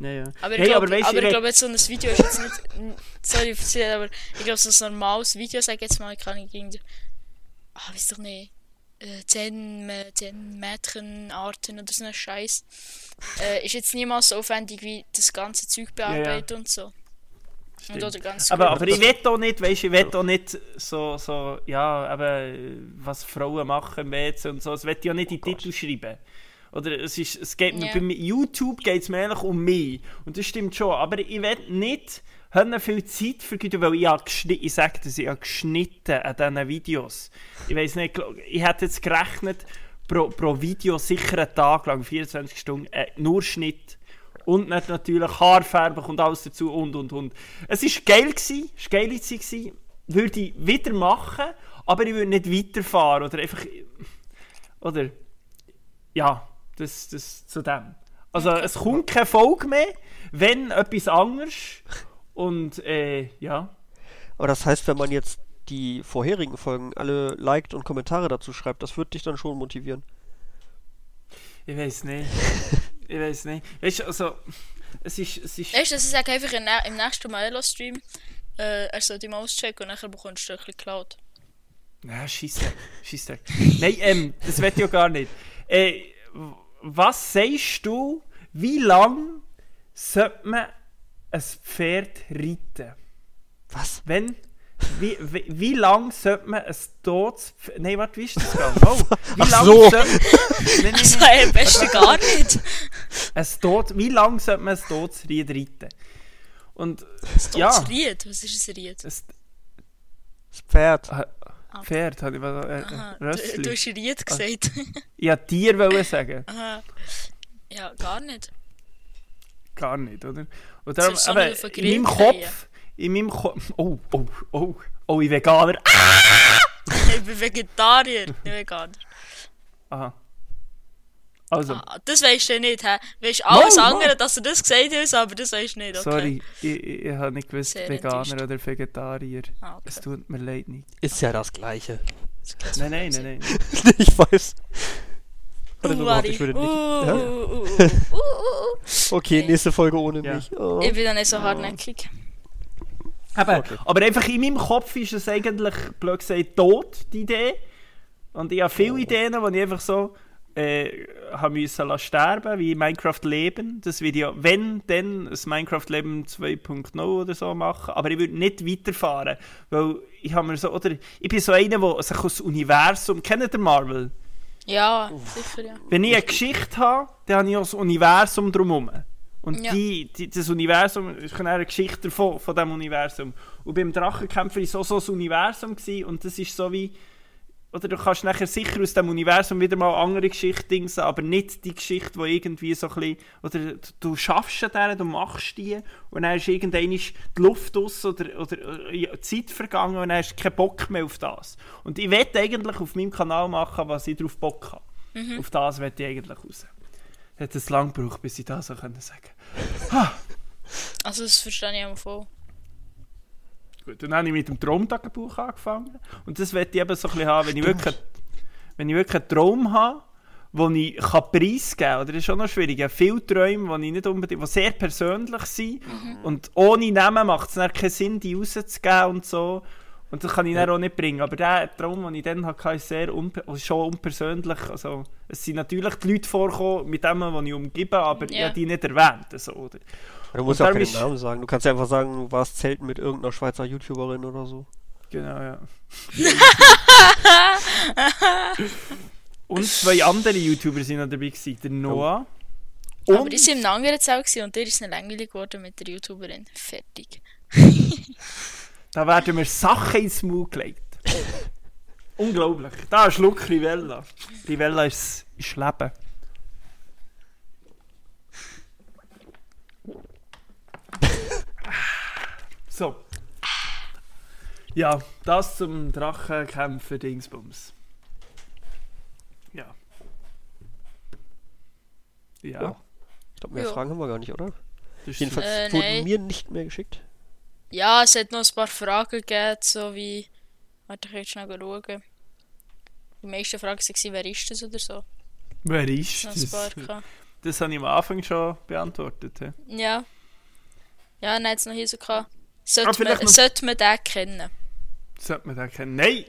Ja, ja. Aber ich Nein, glaube, weisst du, aber ich will- glaube jetzt so ein Video ist jetzt nicht. n- Sorry, verzeiht, aber ich glaube, so ein normales Video, sag jetzt mal, ich kann nicht gegen. Ah, weiß doch nicht. Äh, 10, äh, 10 Mädchenarten oder so ein Scheiß. Äh, ist jetzt niemals so aufwendig wie das ganze Zeug bearbeiten und so. Stimmt. Und auch der ganze Aber, Grund. aber ich will auch nicht, weißt, ich will auch nicht so, so, ja, eben, was Frauen machen im WC und so, das will ich ja nicht in den Titel schreiben. Oder es ist, es geht mir, Ja. bei mir- YouTube geht es mir eigentlich um mich. Und das stimmt schon, aber ich will nicht haben viel Zeit vergeben, weil ich, habe geschni- ich sage das, ich habe geschnitten an diesen Videos. Ich weiß nicht, glaub- ich hätte jetzt gerechnet, pro, pro Video sicher einen Tag lang, 24 Stunden, äh, nur Schnitt. Und nicht natürlich Haarfärben kommt alles dazu und und und. Es war geil, gewesen, es war geile Zeit. Gewesen. Würde ich wieder machen, aber ich würde nicht weiterfahren. Oder einfach. Oder. Ja, das, das zu dem. Also es kommt keine Folge mehr, wenn etwas anderes. Und äh, ja. Aber das heißt, wenn man jetzt die vorherigen Folgen alle liked und Kommentare dazu schreibt, das würde dich dann schon motivieren. Ich weiß nicht. ich weiß nicht. Weißt du, also, es ist. Es ist Weißt du, das ist einfach im nä- im nächsten Milo-Stream. Äh, er soll die Maus checken und nachher bekommst du ein bisschen geklaut. Ja, Scheissdreck. Scheissdreck. Nein, ähm, das will ich ja gar nicht. Äh, w- was sagst du, wie lang sollte man ein Pferd reiten? Was? Wenn. Wie, wie, wie lang sollte man ein totes Pferd. Nein, warte, wie ist das gerade? Oh, wie Ach lang so. sollte. Nein, nein, Das nein. war am besten gar nicht. Ein tot, wie lang sollte man ein totes Ried reiten? Und. Das Ja. ja. Ried. Was ist ein Ried? Ein Das Pferd. Pferd, habe ich was. Aha, Äh, du, du Rössli. hast Ried gesagt. Ich wollte Tier wollen sagen. Aha. Ja, gar nicht. Gar nicht, oder? Und Das darum, ist so aber eine von in meinem Grillkrähe. Kopf, in meinem Kopf, oh, oh, oh, oh, ich Veganer. Ah! Ich bin Vegetarier, nicht Veganer. Ah! Aha. Also, Ah, das weißt du nicht, hä? Du weißt alles Mal, mal. andere, dass du das gesagt hast, aber das weißt du nicht, okay? sorry, ich, ich, ich habe nicht gewusst, Sehr Veganer enttäuscht. oder Vegetarier. Ah, okay. Es tut mir leid nicht. Ist ja das Gleiche. Nein, nein, nein, nein. ich weiß. Warte, Uh, überhaupt, Ari. ich würde Uh, nicht. uh, Ja? uh, uh, uh, uh, uh. Okay, nächste Folge ohne Ja. mich. Oh. Ich bin ja nicht so hartnäckig. Eben, Okay. aber einfach in meinem Kopf ist es eigentlich, blöd gesagt, tot, die Idee. Und ich habe viele Ideen, die ich einfach so äh, haben müssen lassen sterben, wie Minecraft Leben, das Video, wenn, dann das Minecraft Leben 2.0 oder so machen, aber ich würde nicht weiterfahren, weil ich habe mir so, oder, ich bin so einer, der sich aus dem Universum, kennt ihr Marvel? Ja, sicher, ja. Wenn ich eine Geschichte habe, dann habe ich auch das Universum drumherum. Und Ja. die, die, das Universum ist dann eine Geschichte von, von diesem Universum. Und beim Drachenkämpfer war so, so das Universum gewesen, und das ist so wie. Oder du kannst nachher sicher aus dem Universum wieder mal andere Geschichten sehen, aber nicht die Geschichte, die irgendwie so ein bisschen, Oder du- du schaffst an denen, du machst die und dann ist irgendwann die Luft aus oder, oder äh, ja, die Zeit vergangen und dann hast du keinen Bock mehr auf das. Und ich werde eigentlich auf meinem Kanal machen, was ich drauf Bock habe. Auf das werde ich eigentlich raus. Hat es lang gebraucht, bis ich das so können sagen Also, das verstehe ich auch voll. Gut, dann habe ich mit dem Traumtagebuch angefangen. Und das werde ich eben so ein bisschen haben, wenn ich, wirklich, wenn ich wirklich einen Traum habe, den ich kann preisgeben kann. Oder das ist schon noch schwierig. Ich habe viele Träume, die, ich nicht unbedingt, die sehr persönlich sind. Und ohne Namen macht es dann keinen Sinn, die rauszugeben und so. Und das kann ich dann auch nicht bringen. Aber der Traum, den ich dann hatte, ist sehr unpe also schon unpersönlich. Also, es sind natürlich die Leute vorgekommen, mit denen, die ich umgebe, aber ich Ja. habe die nicht erwähnt. Also, oder? Du musst Und ja auch dann keinen mich- Namen sagen. Du kannst ja einfach sagen, du warst zelten mit irgendeiner Schweizer YouTuberin oder so. Genau, ja. und zwei andere YouTuber sind noch dabei gewesen, der Noah. Aber Und ich war im anderen Zelt gewesen und dir ist es langweilig geworden mit der YouTuberin. Fertig. da werden mir Sachen ins Maul gelegt. Unglaublich. Da ist Schluck Rivella. Rivella ist, ist Leben. so. Ja, das zum Drachenkämpfer Dingsbums. Ja. Ja, Ja. Ich glaube, mehr Ja. Fragen haben wir gar nicht, oder? das ist Jedenfalls Äh, wurden nein. mir nicht mehr geschickt. Ja, es hat noch ein paar Fragen gegeben, so wie. Warte, ich kann jetzt schnell schauen. Die meisten Fragen waren, wer ist das oder so. so. Wer ist Noch ein paar. das? gehabt. Das habe ich am Anfang schon beantwortet. hä? Ja. Ja, dann hat es noch hier so gehabt. Ah, Sollte, vielleicht man, noch- sollte man den kennen? Sollte man den kennen? Nein!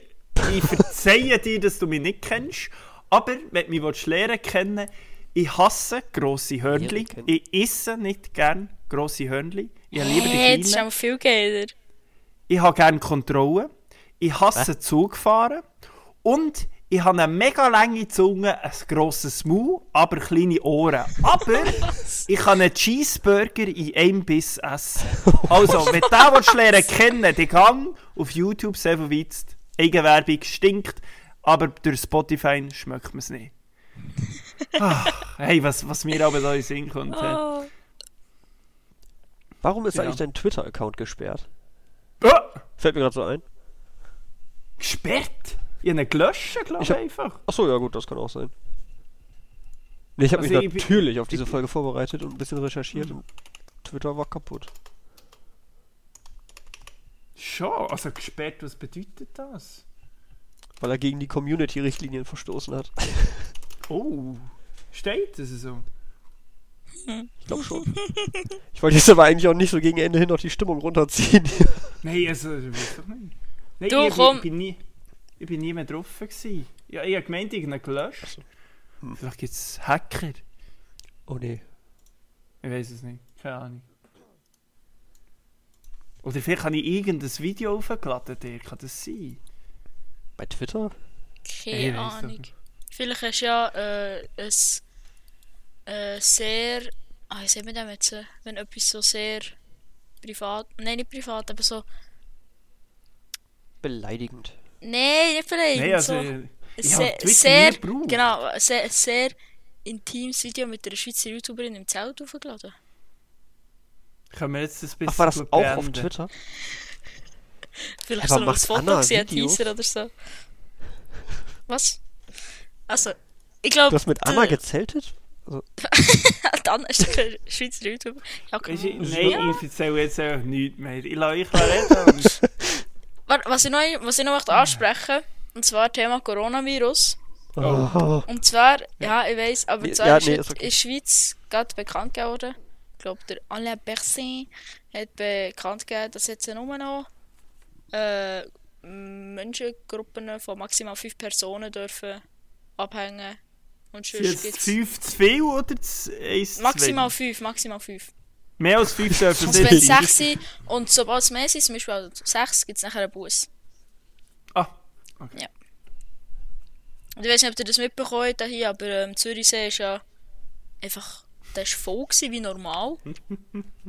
Ich verzeihe dir, dass du mich nicht kennst, aber wenn du mich lernen kennen ich hasse grosse Hörnli. Ja, okay. Ich esse nicht gern grosse Hörnli. Ich habe lieber Hey, die das ist kleinen. auch viel geiler. Ich habe gerne Kontrolle. Ich hasse Zugfahren. Und ich habe eine mega lange Zunge, ein grosses Maul, aber kleine Ohren. Aber ich kann einen Cheeseburger in einem Biss essen. Also, wenn du den willst lernen kennen den Gang auf YouTube selber weizt. Eigenwerbung stinkt, aber durch Spotify schmeckt man es nicht. Ah, hey, was, was mir aber da in den Sinn kommt. hä? Oh. Warum ist Ja. eigentlich dein Twitter-Account gesperrt? Ah! Fällt mir gerade so ein. Gesperrt? Ich habe ihn gelöscht, glaube Ich ich, hab- einfach. Achso, ja gut, das kann auch sein. Nee, ich habe Also ich mich bin- natürlich auf diese Folge vorbereitet und ein bisschen recherchiert und Twitter war kaputt. Schon, also gesperrt, was bedeutet das? Weil er gegen die Community-Richtlinien verstoßen hat. Oh, steht das so? Ich glaube schon. ich wollte jetzt aber eigentlich auch nicht so gegen Ende hin noch die Stimmung runterziehen. Nein, also, ich weiß doch nicht. Nein, Du, ich, komm. Ich, bin nie, ich bin nie mehr drauf. Gewesen. Ja, ich habe gemeint, ich habe ihn gelöscht. Hm. so. Vielleicht gibt es Hacker. oh nee. Ich weiß es nicht. Keine Ahnung. Oder vielleicht habe ich irgendein Video aufgeladen, Dirk. Kann das sein? Bei Twitter? Keine ich weiss Ahnung. doch. Vielleicht hast du ja äh, ein äh, sehr. Ah, wie sehen wir das jetzt? äh, Wenn etwas so sehr privat. Nein, nicht privat, aber so. Beleidigend. Nein, nicht vielleicht. Nein, also, so, ich hab sehr, Twitter nie sehr, gebraucht. genau, ein sehr, sehr intimes Video mit einer Schweizer YouTuberin im Zelt aufgeladen. können wir jetzt das bisschen Ach, war das gut auch auf beenden? Twitter? Vielleicht Aber so noch ein macht Foto Anna gesehen, ein Videos? Teaser oder so. Was? Also, ich glaube. Du hast mit Anna gezeltet? Dann ist doch ein Schweizer YouTuber. Ja, komm. Ist, nein, Ja. ich erzähle jetzt auch nichts mehr. Ich lasse euch reden. und- Wa- Was ich noch, was nou ich noch möchte ansprechen und zwar Thema Coronavirus. Oh. Und zwar, ja, ich weiß, aber Ja, zwar ja, ist nee, jetzt ist okay. in der Schweiz gerade bekannt geworden. Ich glaube, der Alain Bersin hat bekannt gegeben, dass jetzt nur noch äh, Menschengruppen von maximal fünf Personen dürfen abhängen. Und Sind sonst jetzt gibt's fünf zu viel oder zu- eins zu maximal wenig? fünf, maximal fünf. Mehr als fünf dürfen Also wenn es sie nicht. sechs sind und sobald es mehr sind, zum Beispiel also sechs, gibt es nachher einen Bus. Ah, Und ich weiß nicht, ob ihr das mitbekommen habt hier, aber ähm, Zürichsee ist ja einfach, der ist voll gewesen, wie normal.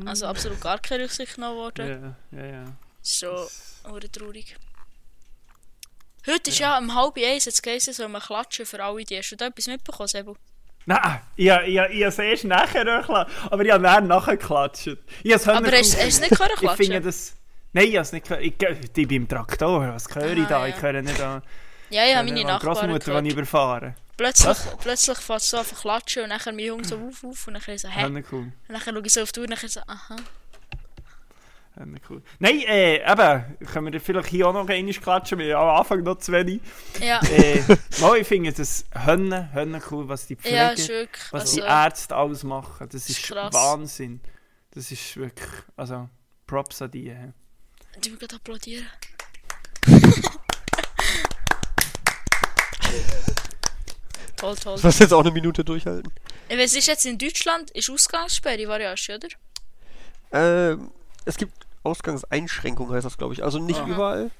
Also absolut gar keine Rücksicht genommen worden. ja, ja, ja. Das ist schon hure traurig. Heute ist ja um halb eins, jetzt geheißen, soll man klatschen für alle die. Hast du da etwas mitbekommen, Sebu? Nein, ich, ich, ich, ich habe es erst nachher gelassen, aber ich habe nachher nachgeklatscht. Ich habe es Aber hast hast du es nicht können Ich finde klatschen? das... Nein, ich habe es nicht gehört. Ich, ich bin im Traktor, was höre ich Ah, da? ja. Ich höre nicht an, Ja, ja, an meine an Nachbarn Großmutter, die ich gehört. überfahre. Plötzlich, plötzlich fährt so einfach klatschen und nachher mein Junge so auf, auf und nachher so, hä? Hä? Und cool. nachher schaue ich so auf die Uhr und nachher so, aha. hä, cool. Nein, äh, eben, können wir vielleicht hier auch noch einmal klatschen, weil am Anfang noch zu wenig. Ja, Äh, mal, ich finde das Hönne, Hönne cool, was die Pflege... ja, ist wirklich. was Ah, Also, die Ärzte alles machen. Das ist ist krass. Wahnsinn. Das ist wirklich, also Props an die. hä. die mir gerade applaudieren. toll, toll. Du hast jetzt auch eine Minute durchhalten. Ey, Was ist jetzt in Deutschland? Ist Ausgangssperre, war ja schon, oder? Ähm, es gibt Ausgangseinschränkungen, heißt das, glaube ich. Also nicht Aha. überall.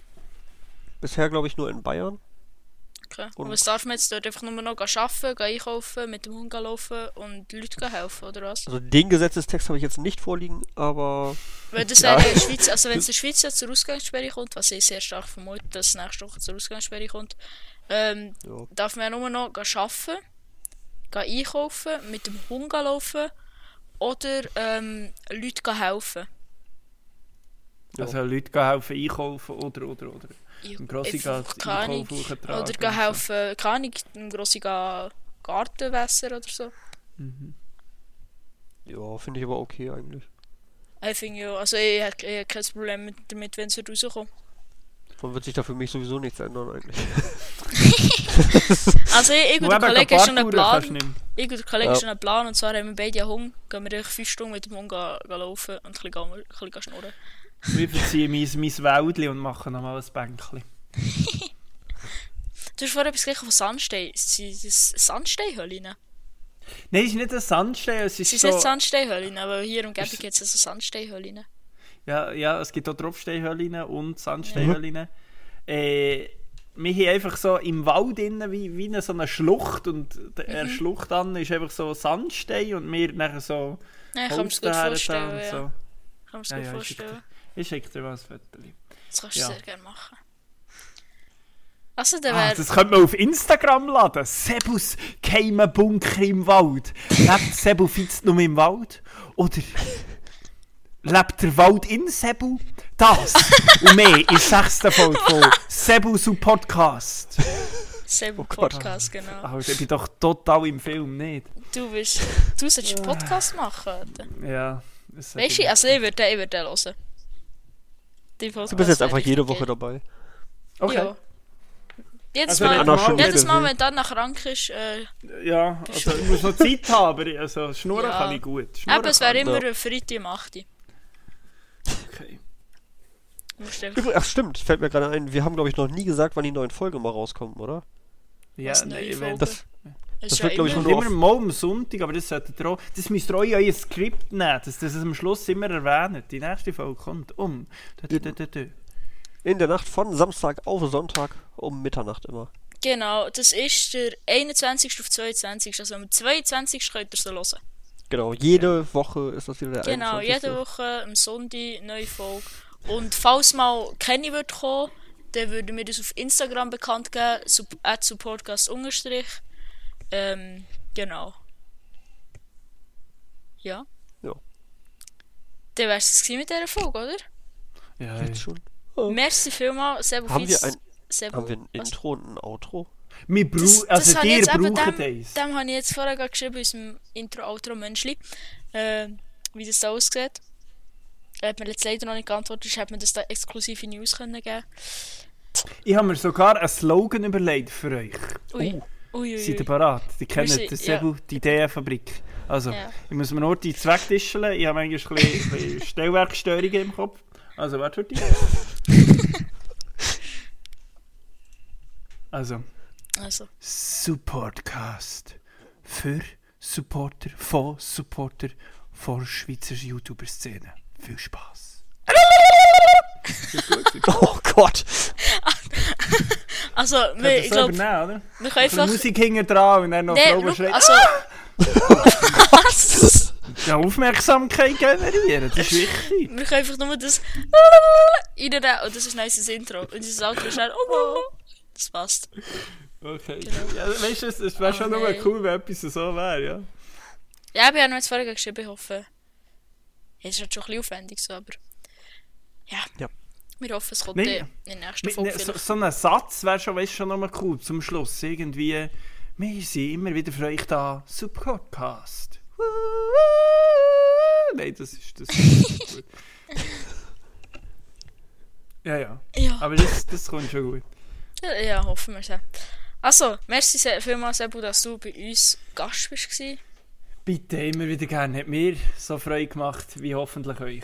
Bisher, glaube ich, nur in Bayern. Okay. Und Und- was darf man jetzt dort einfach nur noch gehen arbeiten, gehen einkaufen, mit dem Hund gehen laufen und Leuten gehen helfen, oder was? Also den Gesetzestext habe ich jetzt nicht vorliegen, aber Weil das Ja. wäre ja in der Schweiz, also wenn es in der Schweiz ja zur Ausgangssperre kommt, was ich sehr stark vermute, dass es nächste Woche zur Ausgangssperre kommt, ähm, ja. darf man ja nur noch gehen arbeiten, gehen einkaufen, mit dem Hund gehen laufen oder ähm, Leuten gehen helfen. Ja. Also Leute gehen helfen einkaufen oder, oder, oder. Ich- Im Grossi ich- geht einkaufen keine Ahnung. hochtragen Oder und gehen so. helfen, keine Ahnung, im Grossi gehen Garten wässern oder so. Mhm. Ja, finde ich aber okay eigentlich. Ich finde ja, also ich habe hab kein Problem mit, damit, wenn es rauskommt. Dann wird sich da für mich sowieso nichts ändern eigentlich. Also ich, ich Nur und der eben Kollege kein haben schon einen Parkour kannst du Plan. nicht mehr. Ich und der Kollege Ja. haben schon einen Plan und zwar haben wir beide einen Hund, gehen wir eigentlich fünf Stunden mit dem Hund gehen, gehen laufen und ein bisschen, gehen- ein bisschen gehen schnurren. Wir verziehen mein, mein Wäldchen und machen nochmal ein Bänkchen. Du hast vorhin etwas gesagt von Sandstein. Sie- Das ist Sandsteinhöhlen. Nein, es ist nicht ein Sandstein, es ist Sie so... sind Sandsteinhöhlen, aber hier im Gebäude Ist- gibt es also Sandsteinhöhlen. Ja, ja, es gibt auch Tropfsteinhöhlen und Sandsteinhöhlen. Mhm. Äh, wir haben einfach so im Wald innen wie, wie eine, so eine Schlucht und der Mhm. Schlucht an ist einfach so Sandstein und wir nachher so Ja, ich kann mir das gut Holzdaher da vorstellen. Ja. so. Ich kann mir das Ja, ja, gut ich schicke vorstellen. dir, ich schick dir mal ein Foto. Das kannst du Ja. sehr gerne machen. Also, der Ah, wäre. das könnte man auf Instagram laden. Sebus geheime Bunker im Wald. Lebt Sebu Fitz nur im Wald? Oder lebt der Wald in Sebu? Das und mehr in sechster Folge von Sebu zu Podcast. oh Selber Podcast, genau. Alter, ich bin doch total im Film, nicht? Du bist. Du Oh. solltest einen Podcast machen. Alter. Ja. das hat- Weißt du, also ich würde den, ich würde den hören. Die Du Podcast bist jetzt wäre einfach richtig jede geil. Woche dabei. Okay. Ja. Jedes Also wenn Mal, Anna schon jedes wieder- Mal, wenn Anna krank ist, äh, Ja, also ich muss noch Zeit haben, aber ich- also schnurren Ja. kann ich gut. Schnurren eben, es kann wäre ich. immer ein Freitag um 8 Uhr. Okay. Musst du einfach- Übr- Ach stimmt, fällt mir gerade ein. Wir haben glaube ich noch nie gesagt, wann die neuen Folgen mal rauskommen, oder? Ja, Was, neue nein, Folge? wenn, Das, Es das ist wird, ja glaub ich, immer- Und Nur immer auf- mal am Sonntag, aber das solltet ihr auch, das müsst ihr auch in euer Skript nehmen, dass das am Schluss immer erwähnt. Die nächste Folge kommt um. Dö, dö, dö, dö, dö. in der Nacht von Samstag auf Sonntag um Mitternacht immer. Genau, das ist der 21. auf 22. Also am 22. könnt ihr sie hören. Genau, jede Woche ist das wieder der Genau, 21. jede Woche am Sonntag neue Folge. Und falls mal keine wird kommen, dann würden wir das auf Instagram bekannt geben, sup- at supportcast unterstrich. Ähm, genau. Ja. Ja. Dann wär's es gewesen mit dieser Folge, oder? Ja, Jetzt schon. Merci vielmals, Sebo Haben wir Fietz- ein- Sebo- Haben wir ein was? Intro und ein Outro? Wir brau- Das- das also habe ich dir jetzt eben brauchen dem, eins. Dem habe ich jetzt vorher gerade geschrieben, unserem Intro-Outro-Menschli, äh, wie das da aussieht. Er hat mir jetzt leider noch nicht geantwortet, sonst hätte man das da exklusive News können geben Ich habe mir sogar einen Slogan überlegt für euch. Ui. Ui, ui, Seid ihr ui. bereit? Die kennen sind- das ja. Sebel, die Ideenfabrik. Also, Ja. ich muss mir nur die wegtischeln. Ich habe manchmal ein bisschen- ein bisschen Stellwerkstörungen im Kopf. Also, warte die. also, Also, Supportcast. Für Supporter, von Supporter, vor Schweizer YouTuber-Szene. Viel Spass. Oh Gott! also wir, ich glaube, übernehmen, oder? wir können Einfach... einfach... Musik hinten dran und dann noch Nee, Frauen look, schreien. also... Was? Ja, Aufmerksamkeit generieren, das ist wichtig. wir können einfach nur das... reinnehmen und das ist ein nice Intro. Und dieses Outro ist dann... oh. Das passt. Okay. Genau. Ja, weißt du, es, es wäre Oh schon nein. nur cool, wenn etwas so wäre, ja. Ja, ich habe noch jetzt vorher geschrieben, ich hoffe. Es ist halt schon ein bisschen aufwendig, so, aber. Ja. Ja. Wir hoffen, es kommt Nein. äh, in der nächsten Mit, Folge. ne, so, vielleicht. so ein Satz wäre schon, weißt, schon nochmal cool zum Schluss. Irgendwie, wir sind immer wieder für euch da. Subpodcast. Nein, das ist das. Ist nicht gut. Ja, ja. ja. Aber das, das kommt schon gut. ja. Ja, hoffen wir es. ja. Also, merci sehr vielmals, Ebu, dass du bei uns Gast bist. gewesen. Bitte immer wieder gerne. Hat mir so Freude gemacht wie hoffentlich euch.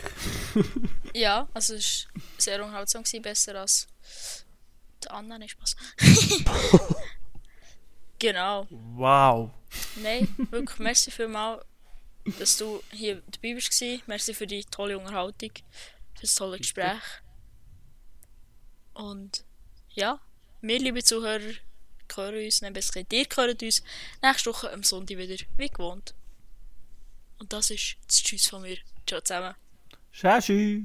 Ja, also es war sehr unterhaltsam, gewesen, besser als die anderen, ist Spaß. genau. Wow. Nein, wirklich, merci vielmals, dass du hier dabei bist. gewesen. Merci für die tolle Unterhaltung, für das tolle Gespräch. Und ja, wir, liebe Zuhörer, hören uns, nein, besser gesagt, ihr hört uns nächste Woche am Sonntag wieder, wie gewohnt. Und das ist das Tschüss von mir. Ciao zusammen. Schaschi.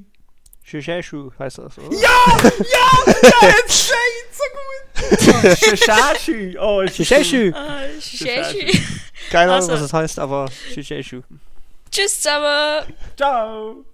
Shishashu heißt das, oder? Jetzt steht's so gut. Schaschi. Oh, es ist so- Shishashu! Ah, Tschüss. Tschüss Keine Ahnung, Also- was es heißt, aber Shishashu. zusammen! Ciao.